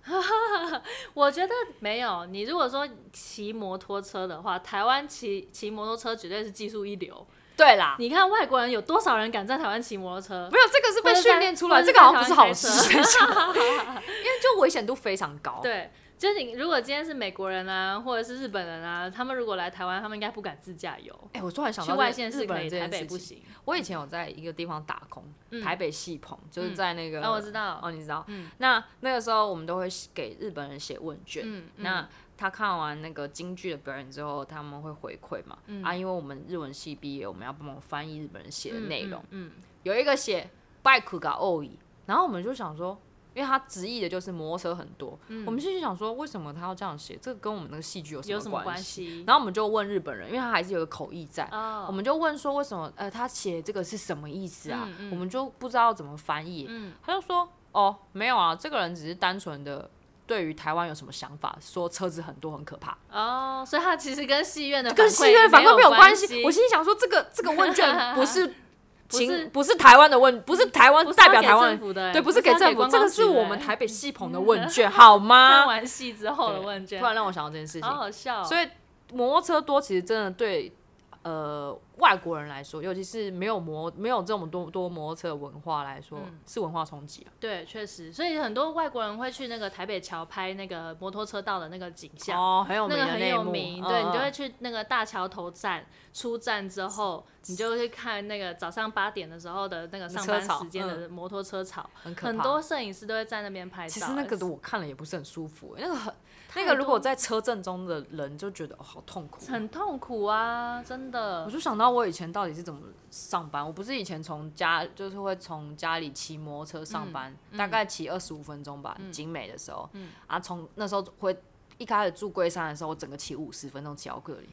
我觉得没有，你如果说骑摩托车的话，台湾骑骑摩托车绝对是技术一流。对啦，你看外国人有多少人敢在台湾骑摩托车？ [LAUGHS] 没有这个是被或者在训练出来，或者这在个好像不是好事，台等一下 [LAUGHS] 因为就危险度非常高。对，就是你如果今天是美国人啊，或者是日本人啊，他们如果来台湾，他们应该不敢自驾游。哎、我突然想去到外这个县日市本可人以，这台件北事不情。行。我以前有在一个地方打工，嗯台北戏棚，就是在那个、哦我知道哦，你知道，嗯那那个时候我们都会给日本人写问卷，嗯，那他看完那个京剧的表演之后，他们会回馈嘛？嗯啊，因为我们日文系毕业，我们要帮忙翻译日本人写的内容。嗯，有一个写 bike ga o i，然后我们就想说，因为他直译的就是摩托车很多，我们就想说为什么他要这样写？这个跟我们那个戏剧有嗯有什么关关？系？然后我们就问日本人，因为他还是有个口译在，哦我们就问说为什么呃他写这个是什么意思啊？嗯嗯我们就不知道怎么翻译，嗯他就说哦没有啊，这个人只是单纯的对于台湾有什么想法，说车子很多很可怕，哦，所以它其实跟戏院的跟戏院反馈馈没有关系。我心里想说，这个这个问 [LAUGHS] 卷不是不情是不是台湾的问，不是台湾不是代表要给台湾政府的欸对，不是不是给要政给府，观这个光是局我的们欸台北系统的 [LAUGHS] 问卷，好看吗？完戏之后的问卷啊突，然让我想到这件事情好，好笑哦。所以摩托车多其实真的对呃外国人来说，尤其是没有摩没有这么多多摩托车的文化来说，嗯是文化冲击啊。对，确实，所以很多外国人会去那个台北桥拍那个摩托车道的那个景象，哦，很有那名个的很那一有幕，名。嗯对你就嗯会去那个大桥头站，出站之后，你就会去看那个早上八点的时候的那个上班车潮嗯时间的摩托车潮，很可很怕多摄影师都会在那边拍照。其实那个的我看了也不是很舒服、欸那个很那太个如果多在车阵中的人就觉得哦好痛苦。很痛苦啊，真我的。就想到我以前到底是怎么上班，我不是以前从家就是会从家里骑摩托车上班，大概骑二十五分钟吧，景美的时候，啊，从那时候会一开始住龟山的时候，我整个骑五十分钟骑到这里。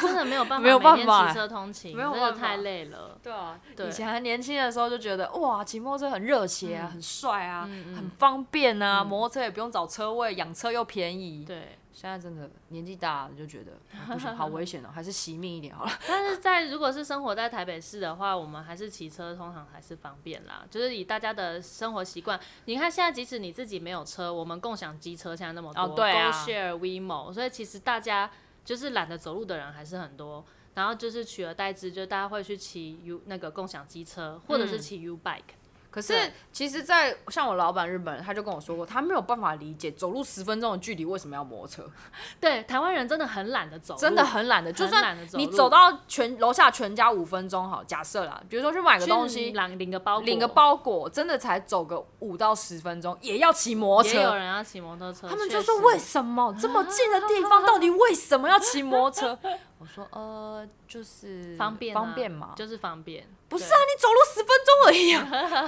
真的没有办法，没有办每法天骑车通勤，没有真的办法太累了。对啊，对以前还年轻的时候就觉得哇，骑摩托车很热血啊，很帅啊，很方便啊，摩托车也不用找车位，养车又便宜。对，现在真的年纪大了就觉得、啊不行，好危险哦、还是惜命一点好了。但是在如果是生活在台北市的话，我们还是骑车通常还是方便啦。就是以大家的生活习惯，你看现在即使你自己没有车，我们共享机车现在那么多、哦对啊 g o Share、WeMo，所以其实大家就是懒得走路的人还是很多。然后就是取而代之，就大家会去骑 U 那个共享机车，或者嗯是骑 U bike。可是对其实在，像我老板日本人，他就跟我说过，他没有办法理解走路十分钟的距离为什么要摩托车，对，台湾人真的很懒得走路，真的很懒的。就很算懒得走你路走到全楼下全家五分钟好，假设啦，比如说去买个去东西，领领个包裹，领个包裹，真的才走个五到十分钟，也要骑摩托也有车。人要骑摩托车，他们确就说实为什么这么近的地方，到底为什么要骑摩托 [LAUGHS] 车？我说呃，就是方便啊方便嘛，就是方便，不是对啊，你走路十分钟而已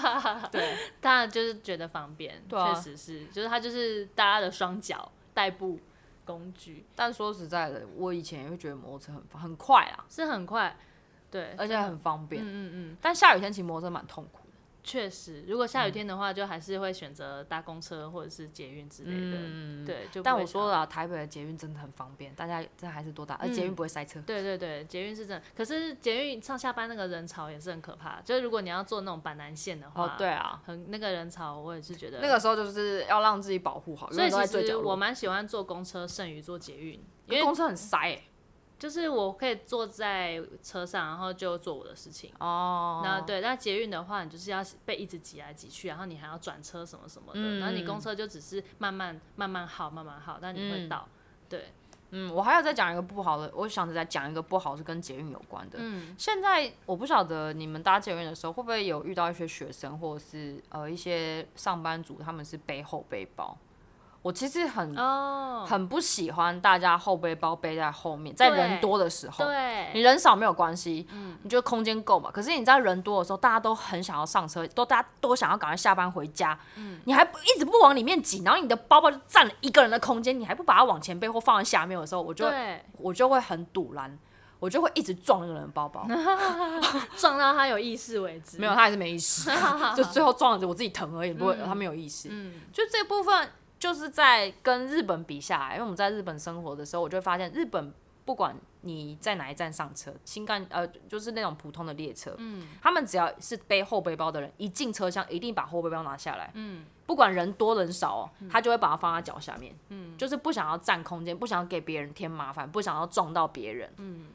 啊。 [LAUGHS] 当然就是觉得方便，确、对啊实是，就是它就是大家的双脚代步工具，但说实在的，我以前也会觉得摩托车很方很快啊，是很快，对，而且很方便。嗯嗯嗯，但下雨天骑摩托车蛮痛苦的。确实，如果下雨天的话，就还是会选择搭公车或者是捷运之类的，嗯对，就不但会我说想了啊，嗯台北的捷运真的很方便，大家这还是多大，而呃捷运不会塞车。对对对，捷运是真的，可是捷运上下班那个人潮也是很可怕，就是如果你要坐那种板南线的话，哦，对，啊，很那个人潮，我也是觉得那个时候就是要让自己保护好，所以永远都在其最实角落我蛮喜欢坐公车胜于坐捷运，因因为为公车很塞、欸。就是我可以坐在车上，然后就做我的事情。哦那对，那捷运的话，你就是要被一直挤来挤去，然后你还要转车什么什么的。嗯然后你公车就只是慢慢慢慢耗，慢慢耗，但你会嗯到。对，嗯，我还要再讲一个不好的，我想着再讲一个不好是跟捷运有关的。嗯，现在我不晓得你们搭捷运的时候会不会有遇到一些学生或者是呃一些上班族，他们是背后背包。我其实很、哦，很不喜欢大家后背包背在后面，在人多的时候，你对，人少没有关系，你就空间够嘛。可是你在人多的时候，大家都很想要上车，都大家都想要赶快下班回家，你还不一直不往里面挤，然后你的包包就占了一个人的空间，你还不把它往前背或放在下面的时候，我就会对，我就会很堵拦，我就会一直撞那个人的包包，撞到他有意识为止。没有，他还是没意识， [LAUGHS] 就最后撞了我自己疼而已，不会他没有意识。嗯，就这部分就是在跟日本比下来，因为我们在日本生活的时候，我就会发现日本不管你在哪一站上车，新干呃就是那种普通的列车，嗯，他们只要是背后背包的人，一进车厢一定把后背包拿下来，嗯，不管人多人少哦，他就会把它放在脚下面，嗯，就是不想要占空间，不想要给别人添麻烦，不想要撞到别人，嗯。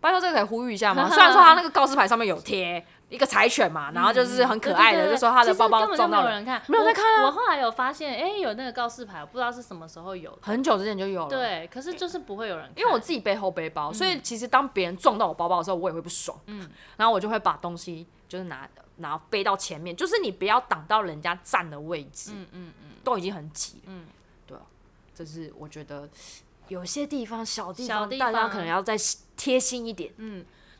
拜托，这个可以呼吁一下 [LAUGHS] 吗？虽然说他那个告示牌上面有贴一个柴犬嘛，然后就是很可爱嗯对对的，对就说他的其实包包根本就撞没到有人。人看，没有在我看啊我后来有发现，哎、有那个告示牌，我不知道是什么时候有的。很久之前就有了。，对，嗯可是就是不会有人看，哦因为我自己背后背包，所以其实当别人撞到我包包的时候，我也会不爽。嗯，然后我就会把东西就是拿拿背到前面，就是你不要挡到人家站的位置。嗯嗯嗯，都已经很挤。嗯，对啊，这是我觉得有些地方小地小方地大家方嗯可能要再贴心一点。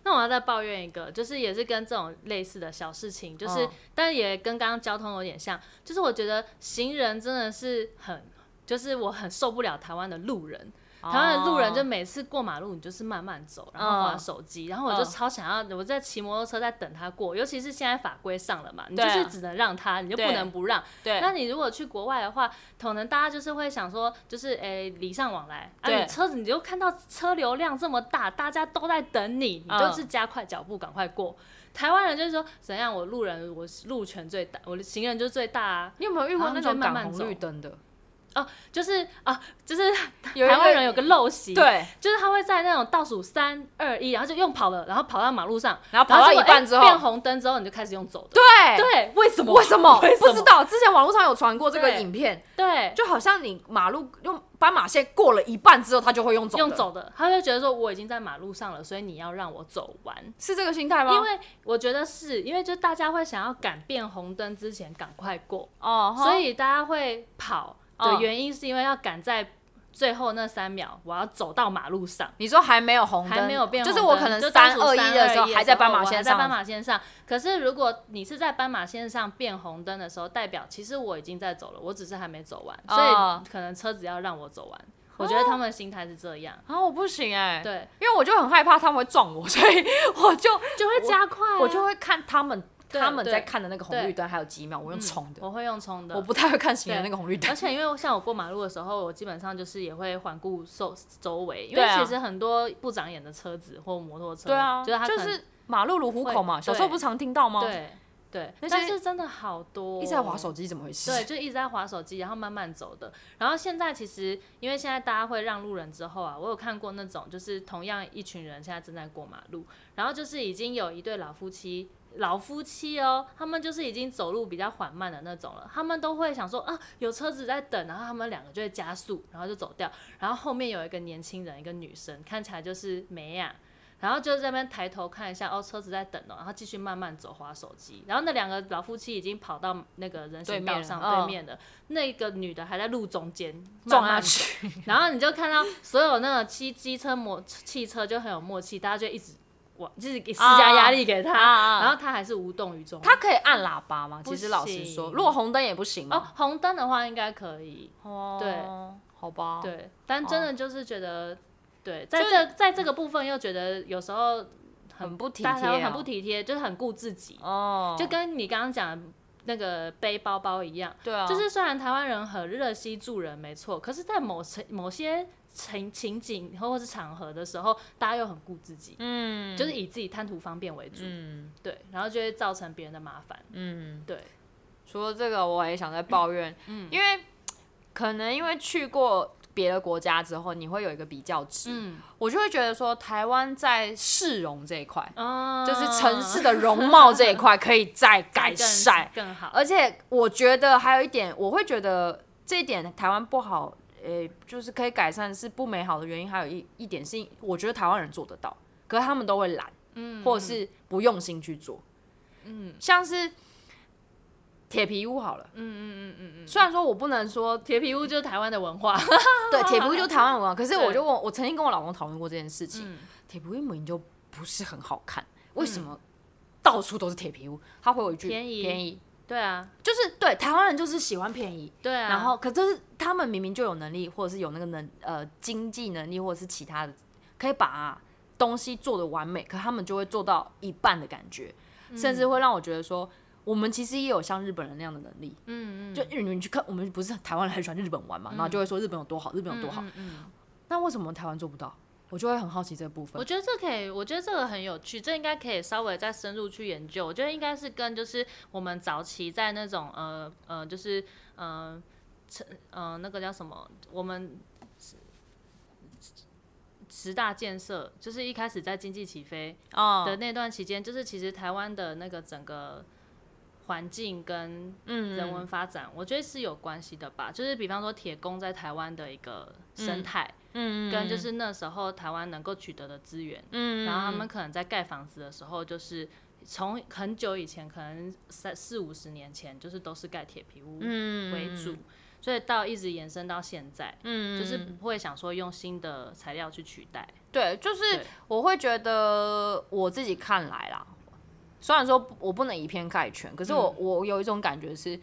那我要再抱怨一个，就是也是跟这种类似的小事情，就是、嗯但也跟刚刚交通有点像，就是我觉得行人真的是很，就是我很受不了台湾的路人。哦台湾的路人就每次过马路，你就是慢慢走，然后划嗯手机，然后我就嗯超想要，我在骑摩托车在等他过，尤其是现在法规上了嘛，你就对啊是只能让他，你就不对能不让。对那你如果去国外的话，可能大家就是会想说，就是诶礼尚往来啊，对你车子你就看到车流量这么大，大家都在等你，你嗯就是加快脚步，赶快过。台湾人就是说，怎样我路人我路权最大，我的行人就是最大啊，你有没有遇过然后那就种慢赶慢红走绿灯的？就是啊，就是 [LAUGHS] 有一台湾个人有个陋习，，对，就是他会在那种倒数三二一，然后就用跑了，然后跑到马路上，然后然跑后到结一果半诶之后，变红灯之后，你就开始用走的，对对，为什么？为什么为什不么知道？之前网络上有传过这个对影片，对，就好像你马路用斑马线过了一半之后，他就会用走的，用走的，他就觉得说我已经在马路上了，所以你要让我走完。是这个心态吗？因为我觉得是因为就大家会想要赶变红灯之前赶快过，哦，哈所以大家会跑的嗯原因是因为要赶在最后那三秒，我要走到马路上。你说还没有红灯，还没有变红就灯，是我可能就倒三数二三一一的时时候候还在斑马我线在斑上，马线上。可是如果你是在斑马线上变红灯的时候，代表其实我已经在走了，我只是还没走完，所哦以可能车子要让我走完。我觉得他们的心态是这样，然后、我不行哎、对，因为我就很害怕他们会撞我， [LAUGHS] 所以我就就会加快啊、我就会看他们对他们在对嗯看的那个红绿灯还有几秒，我用冲的，我会用冲的，我不太会看行人那个红绿灯而。且因为像我过马路的时候，我基本上就是也会环顾周周围，因对为啊其实很多不长眼的车子或摩托车， [LAUGHS] 对啊，就是它可就能是马路如虎口嘛，会小时候不是常听到吗？，对对那，些但是真的好多、哦一直在划。手机，怎么回事？对，就一直在划手机，然后慢慢走的。然后现在其实，因为现在大家会让路人之后啊，我有看过那种，就是同样一群人现在正在过马路，然后就是已经有一对老夫妻，老夫妻哦，他们就是已经走路比较缓慢的那种了，他们都会想说啊，有车子在等，然后他们两个就会加速，然后就走掉。然后后面有一个年轻人，一个女生，看起来就是梅亚、然后就在那边抬头看一下，哦，车子在等哦，然后继续慢慢走，划手机。然后那两个老夫妻已经跑到那个人行道上对面了嗯对面的，那个女的还在路中间撞慢慢下走去，然后你就看到所有那个机机车摩汽车就很有默契，大家就一直我就是给施加啊压力给他，[LAUGHS] 然然后他还是无动于衷。他可以按喇叭吗？不其实老实说，行如果红灯也不行哦吗，红灯的话应该可以，哦对，好吧，，对，但真的就是觉得，对，在哦就这在这个部分又觉得有时候很不体大家贴，很不，体贴，就是很顾自己，哦，就跟你刚刚讲的那个背包包一样。对啊，就是虽然台湾人很热心助人，没错，可是，在某些某些情情景或者是场合的时候，大家又很顾自己，嗯，就是以自己贪图方便为主，嗯。对，然后就会造成别人的麻烦，嗯，对，除了这个，我也想再抱怨，因为可能因为去过别的国家之后，你会有一个比较值，嗯，我就会觉得说，台湾在市容这一块，啊就是城市的容貌这一块，可以 [LAUGHS] 再改更善。更好，呃而且我觉得还有一点，我会觉得这一点台湾不好，呃、就是可以改善是不美好的原因，还有一一点是，我觉得台湾人做得到，可是他们都会懒，嗯或者是不用心去做，嗯像是铁皮屋好了。嗯嗯嗯嗯嗯，虽然说我不能说铁皮屋就是台湾的文化， [LAUGHS] 对铁皮屋就是台湾文啊化，可是我啊嗯对就问我曾经跟我老公讨论过这件事情，嗯铁皮屋明明就不是很好看，为什么到处都是铁皮屋？他回我一句便宜便宜，对啊，就是对台湾人就是喜欢便宜，对啊，然后可是他们明明就有能力，或者是有那个能呃经济能力，或者是其他的，可以把啊东西做的完美，可他们就会做到一半的感觉，嗯甚至会让我觉得说，我们其实也有像日本人那样的能力。嗯嗯，就日你去看，我们不是台湾人很喜欢日本玩嘛，然后就会说日本有多好，日本有多好。嗯嗯嗯那为什么台湾做不到？我就会很好奇这部分我。觉得这可以，我觉得这个很有趣，这应该可以稍微再深入去研究。我觉得应该是跟就是我们早期在那种呃呃，就是呃，成呃那个叫什么，我们十十大建设，就是一开始在经济起飞啊的那段期间，就是其实台湾的那个整个环境跟嗯人文发展，我觉得是有关系的吧。就是比方说铁工在台湾的一个生态，嗯跟就是那时候台湾能够取得的资源，嗯然后他们可能在盖房子的时候，就是从很久以前，可能三四五十年前，就是都是盖铁皮屋嗯为主，所以到一直延伸到现在，嗯就是不会想说用新的材料去取代。对，就是对我会觉得我自己看嗯来啦，虽然说我不能以偏概全，可是我、我有一种感觉是，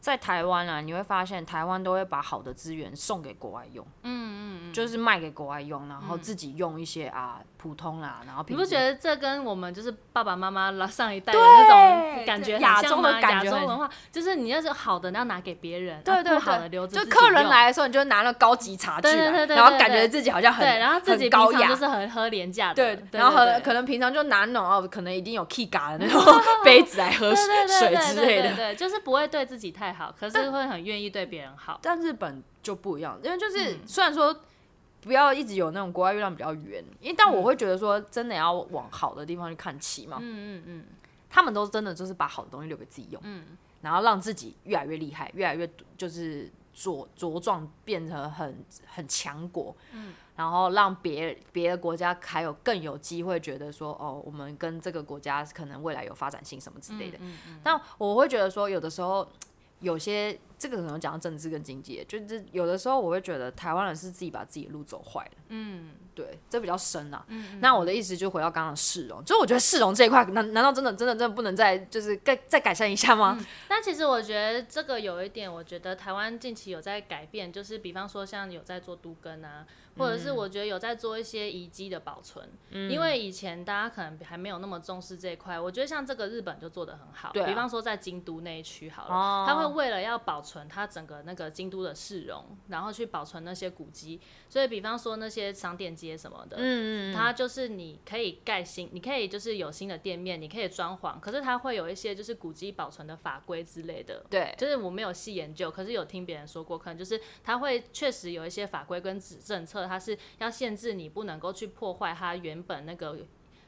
在台湾啊，你会发现台湾都会把好的资源送给国外用，嗯嗯嗯，嗯就是卖给国外用，然后自己用一些啊普通啦，然后啊你品不质觉得这跟我们就是爸爸妈妈拉上一代的那种感觉很亚像洲的吗感觉亚洲很文化就是你要是好的，那要拿给别人，对啊对不好对的留着就自己客人用来的时候，你就拿了高级茶具来，对对对对然后对感对觉自己好像很对，然后自己很高平雅，常就是很喝廉价的，对，对然后对很可能平常就拿那种哦，可能一定有 K 嘎的那种 [LAUGHS] 杯子来喝对对对水对对之类对对的。对，就是不会对自己太好，可是会很愿意对别人好。但日本就不一样，因为就是、嗯虽然说不要一直有那种国外月亮比较圆，因为但嗯我会觉得说真的要往好的地方去看齐嘛。嗯嗯嗯，他们都真的就是把好的东西留给自己用，然后让自己越来越厉害，越来越就是茁茁壮，变成很很强国，嗯然后让别别的国家还有更有机会觉得说，哦，我们跟这个国家可能未来有发展性什么之嗯类的。但我会觉得说，有的时候有些这个可能讲到政治跟经济，就是有的时候我会觉得台湾人是自己把自己的路走坏了。嗯，对，这比较深啊。嗯那我的意思就回到刚刚的市容，就是我觉得市容这一块，难难道真的真的真的不能再就是再再改善一下吗？但其实我觉得这个有一点，我觉得台湾近期有在改变，就是比方说像有在做都根啊，或嗯者是我觉得有在做一些遗迹的保存，因为以前大家可能还没有那么重视这一块。我觉得像这个日本就做得很好，对啊比方说在京都那一区好了，哦他会为了要保存它整个那个京都的市容，然后去保存那些古迹，所以比方说那些商店街什么的，嗯它就是你可以盖新，你可以就是有新的店面，你可以装潢，可是它会有一些就是古迹保存的法规之类的。对，就是我没有细研究，可是有听别人说过，可能就是它会确实有一些法规跟指政策，它是要限制你不能够去破坏它原本那个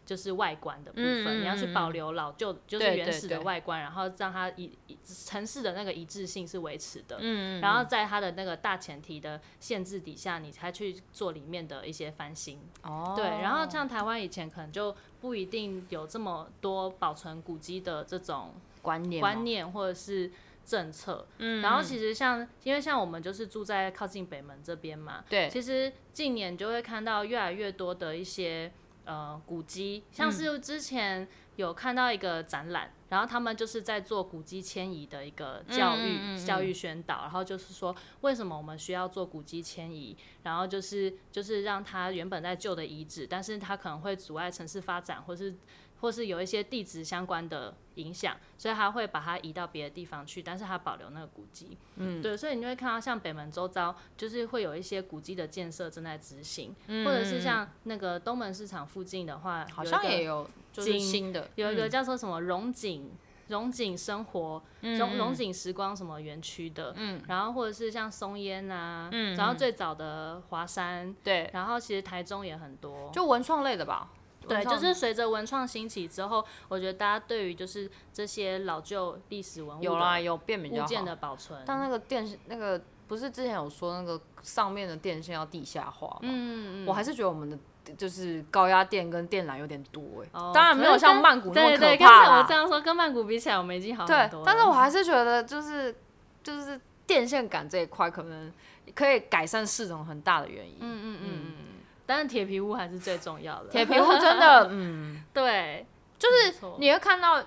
就是外观的部分，嗯嗯你要去保留老旧就是对原对始的对外观，然后让它一一城市的那个一致性是维持的。嗯然后在它的那个大前提的限制底下，你才去做里面的一些翻新。哦对，然后像台湾以前可能就不一定有这么多保存古迹的这种观念观嘛念或者是政策。嗯，然后其实像因为像我们就是住在靠近北门这边嘛，对其实近年就会看到越来越多的一些呃古迹，像是之前有看到一个展览，然后他们就是在做古迹迁移的一个教育、嗯嗯嗯嗯教育宣导，然后就是说为什么我们需要做古迹迁移，然后就是就是让它原本在旧的遗址，但是它可能会阻碍城市发展，或是或是有一些地质相关的影响，所以它会把它移到别的地方去，但是它保留那个古迹。嗯，对，所以你就会看到像北门周遭，就是会有一些古迹的建设正在执行，嗯或者是像那个东门市场附近的话，好有一像个也有就是景新的有一个叫做什么荣景。荣景生活，嗯荣荣景时光什么园区的，嗯，然后或者是像松烟啊，嗯，然后最早的华山，对，然后其实台中也很多，就文创类的吧。对，文就创是随着文创兴起之后，我觉得大家对于就是这些老旧历史文物有的啦，有变比较物件好。的保存，但那个电线那个不是之前有说那个上面的电线要地下化吗？嗯，嗯我还是觉得我们的就是高压电跟电缆有点多哎、哦当然没有像可是跟曼谷那么对对，可刚怕才我啦。这样说，跟曼谷比起来，我们已经好很对，多了。但是我还是觉得就是就是电线杆这一块可能可以改善市容很大的原因。嗯嗯嗯嗯，但是铁皮屋还是最重要的。铁皮屋真的，嗯， [LAUGHS] 对，就是没错你会看到，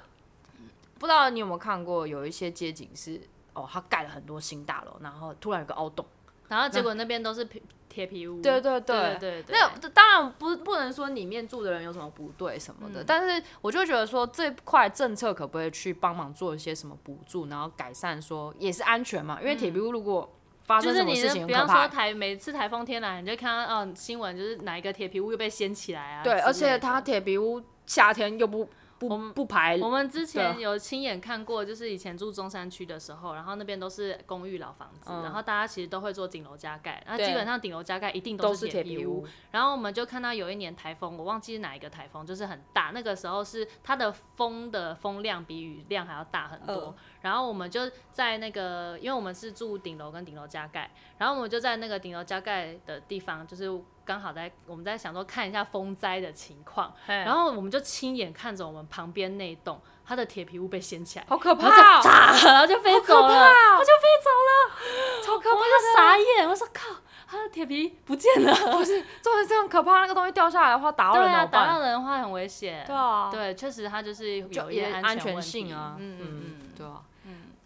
不知道你有没有看过，有一些街景是哦，它盖了很多新大楼，然后突然有个凹洞。然后结果那边都是皮铁皮屋。对对对对对对对，那当然不不能说里面住的人有什么不对什么的，嗯但是我就觉得说这块政策可不可以去帮忙做一些什么补助，然后改善说也是安全嘛，因为铁皮屋如果发嗯就生是什么你事是情比很可方说怕。台每次台风天来，你就看到哦新闻就是哪一个铁皮屋又被掀起来啊之类对，的。而且它铁皮屋夏天又不我不们不排我们之前对啊有亲眼看过，就是以前住中山区的时候，然后那边都是公寓老房子，嗯然后大家其实都会做顶楼加盖，那对基本上顶楼加盖一定都是是铁铁皮皮屋屋。，然后我们就看到有一年台风，我忘记是哪一个台风，就是很大，那个时候是它的风的风量比雨量还要大很多。嗯然后我们就在那个，因为我们是住顶楼跟顶楼加盖，然后我们就在那个顶楼加盖的地方，就是刚好在我们在想说看一下风灾的情况，然然后后我们就亲眼看着我们旁边那一栋哦它的铁皮屋被掀起来，好可然后就怕、哦，炸，然后就飞走了。它哦就飞走了，超可我就傻眼，我说靠，它的铁皮不见了。怕！不是，重点是很可怕，那个东西掉下来的话，打到 [LAUGHS] 人对怎啊，么打到办？人的话很危险。对啊，对，确实它就是有就一些也安全全问性题啊，嗯嗯嗯，对啊，嗯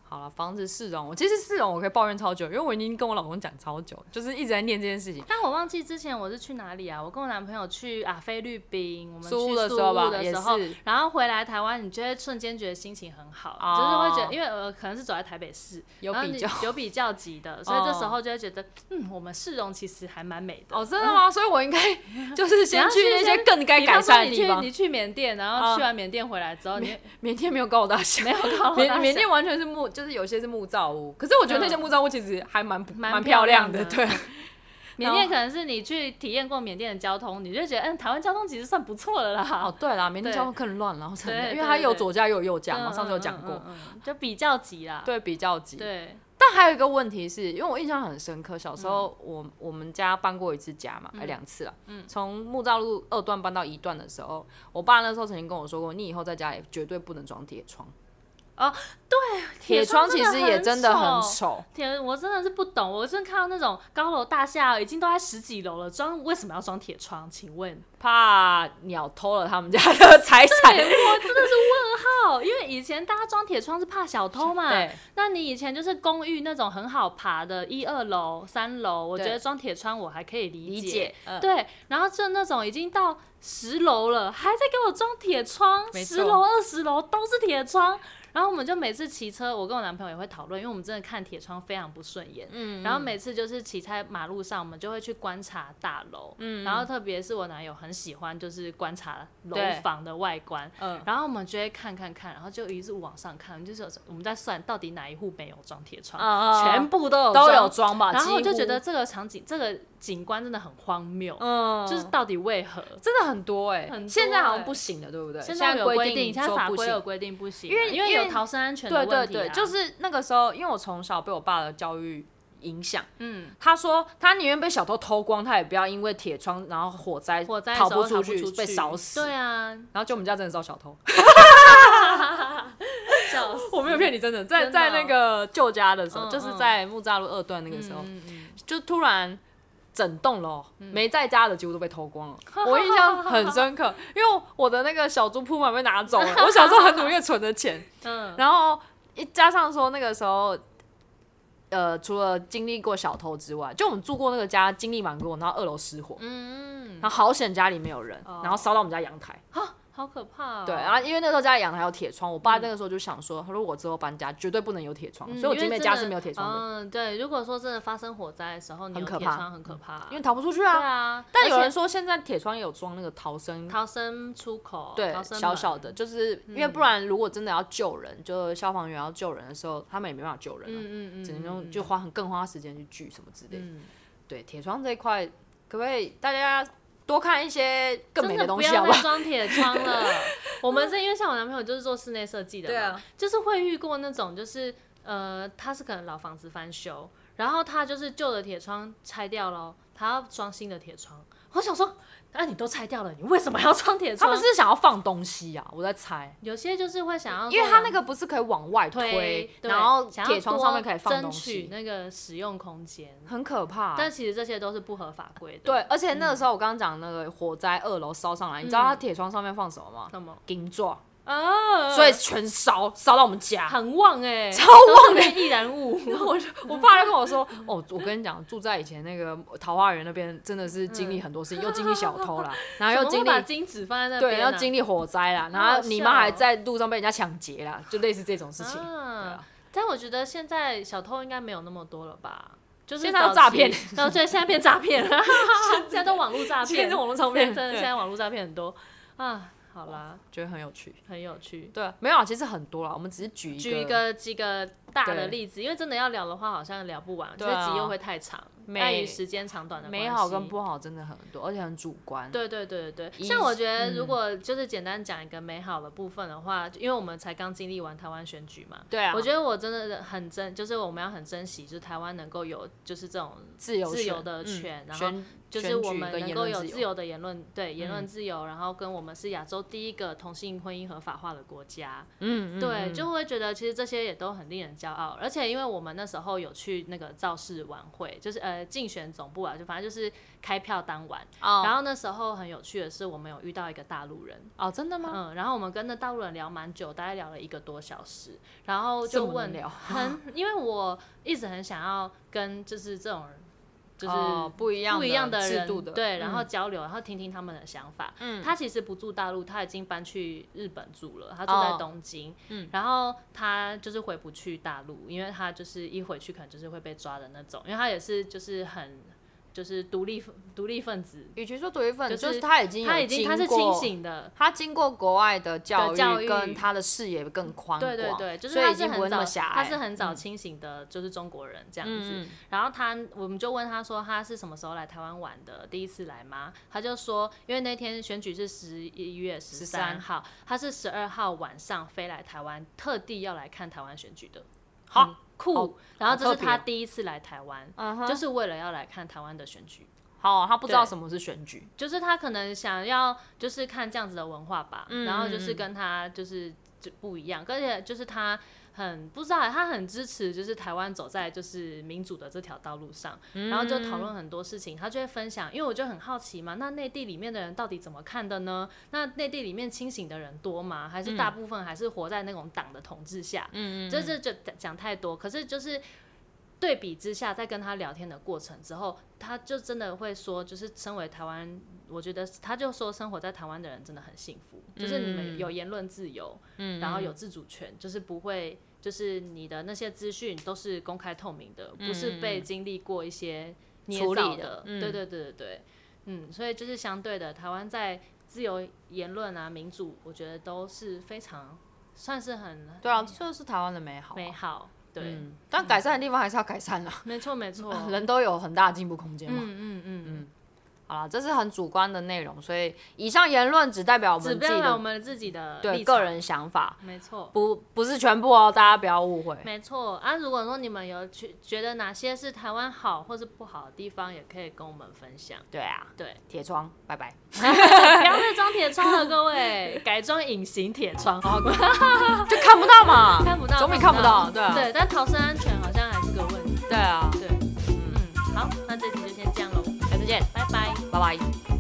好好了，房子市容，我其实市容我可以抱怨超久，因为我已经跟我老公讲超久，就是一直在念这件事情。但我忘记之前我是去哪里啊？我跟我男朋友去啊菲律宾，我们去苏屋苏屋的的时候吧也时候是然后回来台湾，你就会瞬间觉得心情很好，哦就是会觉得，因为呃可能是走在台北市，有然后比你较有比较级的，所以这时候就会觉得，嗯，我们市容其实还蛮美的。哦，真的吗？所以我应该就是先要去去那些先更该比改方说善的你地去方。你去缅甸，然啊后去完缅甸回来之后，你缅甸没有高楼大厦， [LAUGHS] [LAUGHS] 没有看到缅大缅小甸完哦全是木，就是有些是木造屋，可是我觉得那些嗯木造屋其实还蛮蛮蛮漂漂亮亮的，的对。缅甸可能是你去体验过缅甸的交通，你就觉得，嗯，台湾交通其实算不错了啦。哦，对啦，缅甸对交通更乱了，我承认，对因为它对有对左驾又有右驾嘛，嗯上次有讲过，，嗯嗯嗯嗯就比较级啦。对，比较急。对，但还有一个问题是，因为我印象很深刻，小时候嗯我、我们家搬过一次家嘛，哎、两次啊，从木栅路二段搬到一段的时候，我爸那时候曾经跟我说过，你以后在家里绝对不能装铁窗。哦，对，铁窗其实也真的很丑。 [LAUGHS] 铁我真的是不懂，我真的看到那种高楼大厦已经都在十几楼了，装为什么要装铁窗？请问？怕鸟偷了他们家的财 [LAUGHS] 产，哦，因为以前大家装铁窗是怕小偷嘛。对，那你以前就是公寓那种很好爬的，一二楼、三楼，我觉对得装铁窗我还可以理理解，嗯对，然后就那种已经到十楼了，还在给我装铁窗，没十错楼、二十楼都是铁窗。然后我们就每次骑车，我跟我男朋友也会讨论，因为我们真的看铁窗非常不顺眼。嗯然后每次就是骑在马路上，我们就会去观察大楼。嗯，然后特别是我男友很喜欢，就是观察楼对房的外观。嗯，然后我们就会看看看，然后就一直往上看，就是有我们在算到底哪一户没有装铁窗，嗯嗯嗯全部都有都有装装吧，然后我啊几就乎觉得，这个场景、这个景观真的很荒谬，嗯，就是到底为何？真的很多哎、很多现在好像欸不行了，对不对？现在有规定，现在法规有行。规定不行啊，因为因为因为有逃生安全的对对问题啊对，就是那个时候，因为我从小被我爸的教育影响，嗯，他说他宁愿被小偷偷光，他也不要因为铁窗然后火灾火灾的时逃候不逃去出被烧死。[LAUGHS] 对啊，然后就我们家真的遭小偷，笑死，我没有骗你，真的在 [LAUGHS] 真的在哦那个旧家的时候，嗯就是嗯在木栅路二段那个时候，嗯嗯就突然整栋楼、没在家的几乎都被偷光 [LAUGHS] 了，我印象很深刻，因为我的那个小猪铺满被拿走了，我小时候很努力地存的钱，嗯，然后一加上说那个时候，呃，除了经历过小偷之外，就我们住过那个家经历蛮多，然后二楼失火，嗯嗯，然后好险家里没有人，哦然后烧到我们家阳台。好可怕哦，对，啊然后因为那时候家里阳台有铁窗，我爸那个时候就想说，他说我之后搬家绝对不能有铁窗，嗯，所以我因姐为妹真家的是没有铁窗的，嗯，对，如果说真的发生火灾的时候，你很有可铁怕嗯窗很可怕，因为逃不出去对啊。啊，但有而人且说现在铁窗也有装那个逃生。嗯逃生出口，对逃，生小门小的，就是因为不然，如果真的要救人，就消防员要救人的时候，他们也没办法救人啊，嗯嗯嗯，只能嗯用就花很更花时间去锯什么之类的。嗯对铁窗这一块，可不可以大家多看一些更美真的的东不西，要好不再好？装铁窗了。 [LAUGHS] 我们是因为像我男朋友就是做室内设计的嘛，对啊就是会遇过那种就是呃，他是可能老房子翻修，然后他就是旧的铁窗拆掉了，他要装新的铁窗。我想说，那、你都拆掉了，你为什么要装铁他窗？们是想要放东西啊，我在猜，有些就是会想要，因为他那个不是可以往外推，哦啊对然后想要铁窗上面可以放多东争取西，那个使用空间，很可怕、但嗯其实这些都是不合法规的。对，，而且那个时候我刚刚讲那个火灾二楼烧上来，你嗯知道他铁窗上面放什么吗？那么金钻，啊，所以全烧烧到我们家。很旺哎、超旺的的易燃物。然 [LAUGHS] 后我就 [LAUGHS] 我爸就跟我说，哦，我跟你讲，住在以前那个桃花源那边，真的是经历很多 [LAUGHS] 事情，又经历小偷啦，然后又怎么经会历把金纸放在那边、对，啊，要经历火灾啦，然好后好你笑妈还哦在路上被人家抢劫啦，就类似这种事情。对啊啊，但我觉得现在小偷应该没有那么多了吧？就是现在有早期诈骗， [LAUGHS] 然后对，现在变诈 [LAUGHS] 骗了， [LAUGHS] 现在都网络诈现骗，在网络上面 [LAUGHS] 真的对现在网络诈骗很多啊。好啦，觉得很有趣。很有趣。对啊，没有啊，其实很多啦，我们只是举一举一个几个大对的例子，因为真的要聊的话，好像聊不完，对这啊集又会太长，美碍于时间长短的关系美好跟不好真的很多，而且很主观。对对对对一对，像我觉嗯得如果就是简单讲一个美好的部分的话，因为我们才刚经历完台湾选举嘛，对啊，我觉得我真的很珍，就是我们要很珍惜，就是台湾能够有就是这种自由自选由的嗯权然选就是选举我们跟能言够论有自自由由的言论，对言嗯论自由，然后跟我们是亚洲第一个同性婚姻合法化的国家，嗯，嗯对，嗯就会觉得其实这些也都很令人骄傲。而且因为我们那时候有去那个造势晚会，就是呃竞选总部啊，就反正就是开票当晚。然哦后那时候很有趣的是，我们有遇到一个大陆人，哦，真的吗？嗯，然后我们跟那大陆人聊蛮久，大概聊了一个多小时，然后这就么能问聊很，因为我一直很想要跟就是这种人，就是哦不一样不一样的人制度的，对，然后嗯交流，然后听听他们的想法。嗯他其实不住大陆，他已经搬去日本住了，他住哦在东京。嗯然后他就是回不去大陆，因为他就是一回去可能就是会被抓的那种，因为他也是就是很就是独立独立分子，与其说独立分子，就就是是他已经有他已经经他是过清，醒的，他经过国外的教的教育育跟他的视野更宽广，对对对，就是所以他已是经不会很那早么狭他隘，嗯是很早清醒的，就是中国人这样子。嗯嗯然后他，我们就问他说他是什么时候来台湾玩的，第一次来吗？他就说，因为那天选举是十一月十三号，他是十二号晚上飞来台湾，特地要来看台湾选举的，好很酷。然后这好是特别他第一次来台湾，嗯哼，嗯就是为了要来看台湾的选举。好，他不知道对什么是选举，就是他可能想要就是看这样子的文化吧，嗯然后就是跟他就是就不一样，而且就是他很不知道他很支持就是台湾走在就是民主的这条道路上，嗯然后就讨论很多事情，他就会分享，因为我就很好奇嘛，那内地里面的人到底怎么看的呢？那内地里面清醒的人多吗？还是大部分还是活在那种党的统治下？嗯这这就讲太多，可是就是对比之下，在跟他聊天的过程之后，他就真的会说，就是身为台湾，我觉得他就说生活在台湾的人真的很幸福，就是你们有言论自由，嗯然后有自主权，就是不会。就是你的那些资讯都是公开透明的，不是被经历过一些嗯捏处理造的的。嗯对对对对对，嗯，所以就是相对的，台湾在自由言论啊、民主，我觉得都是非常算是很对啊，这就是台湾的美好啊，美好，对，嗯，但改善的地方还是要改善啦，没错 [LAUGHS] 没错，人都有很大的进步空间嗯嘛。嗯嗯好啦，这是很主观的内容，所以以上言论只代表我嗯，只们自代己表我的们自己的对立场个，人想法，没错不不是全部哦，大家不要误会。没错啊。如果说你们有去觉得哪些是台湾好或是不好的地方，也可以跟我们分享。对啊， [LAUGHS] 对，铁窗，拜 [LAUGHS] 拜。不要再装铁窗了，各位， [LAUGHS] 改装隐形铁窗，好，就看不到嘛，看不到，总比看不到，对啊，对，但逃生安全好像还是个问题。嗯对啊，对，嗯，好，那这期就先这样喽，下次见，拜拜。拜拜。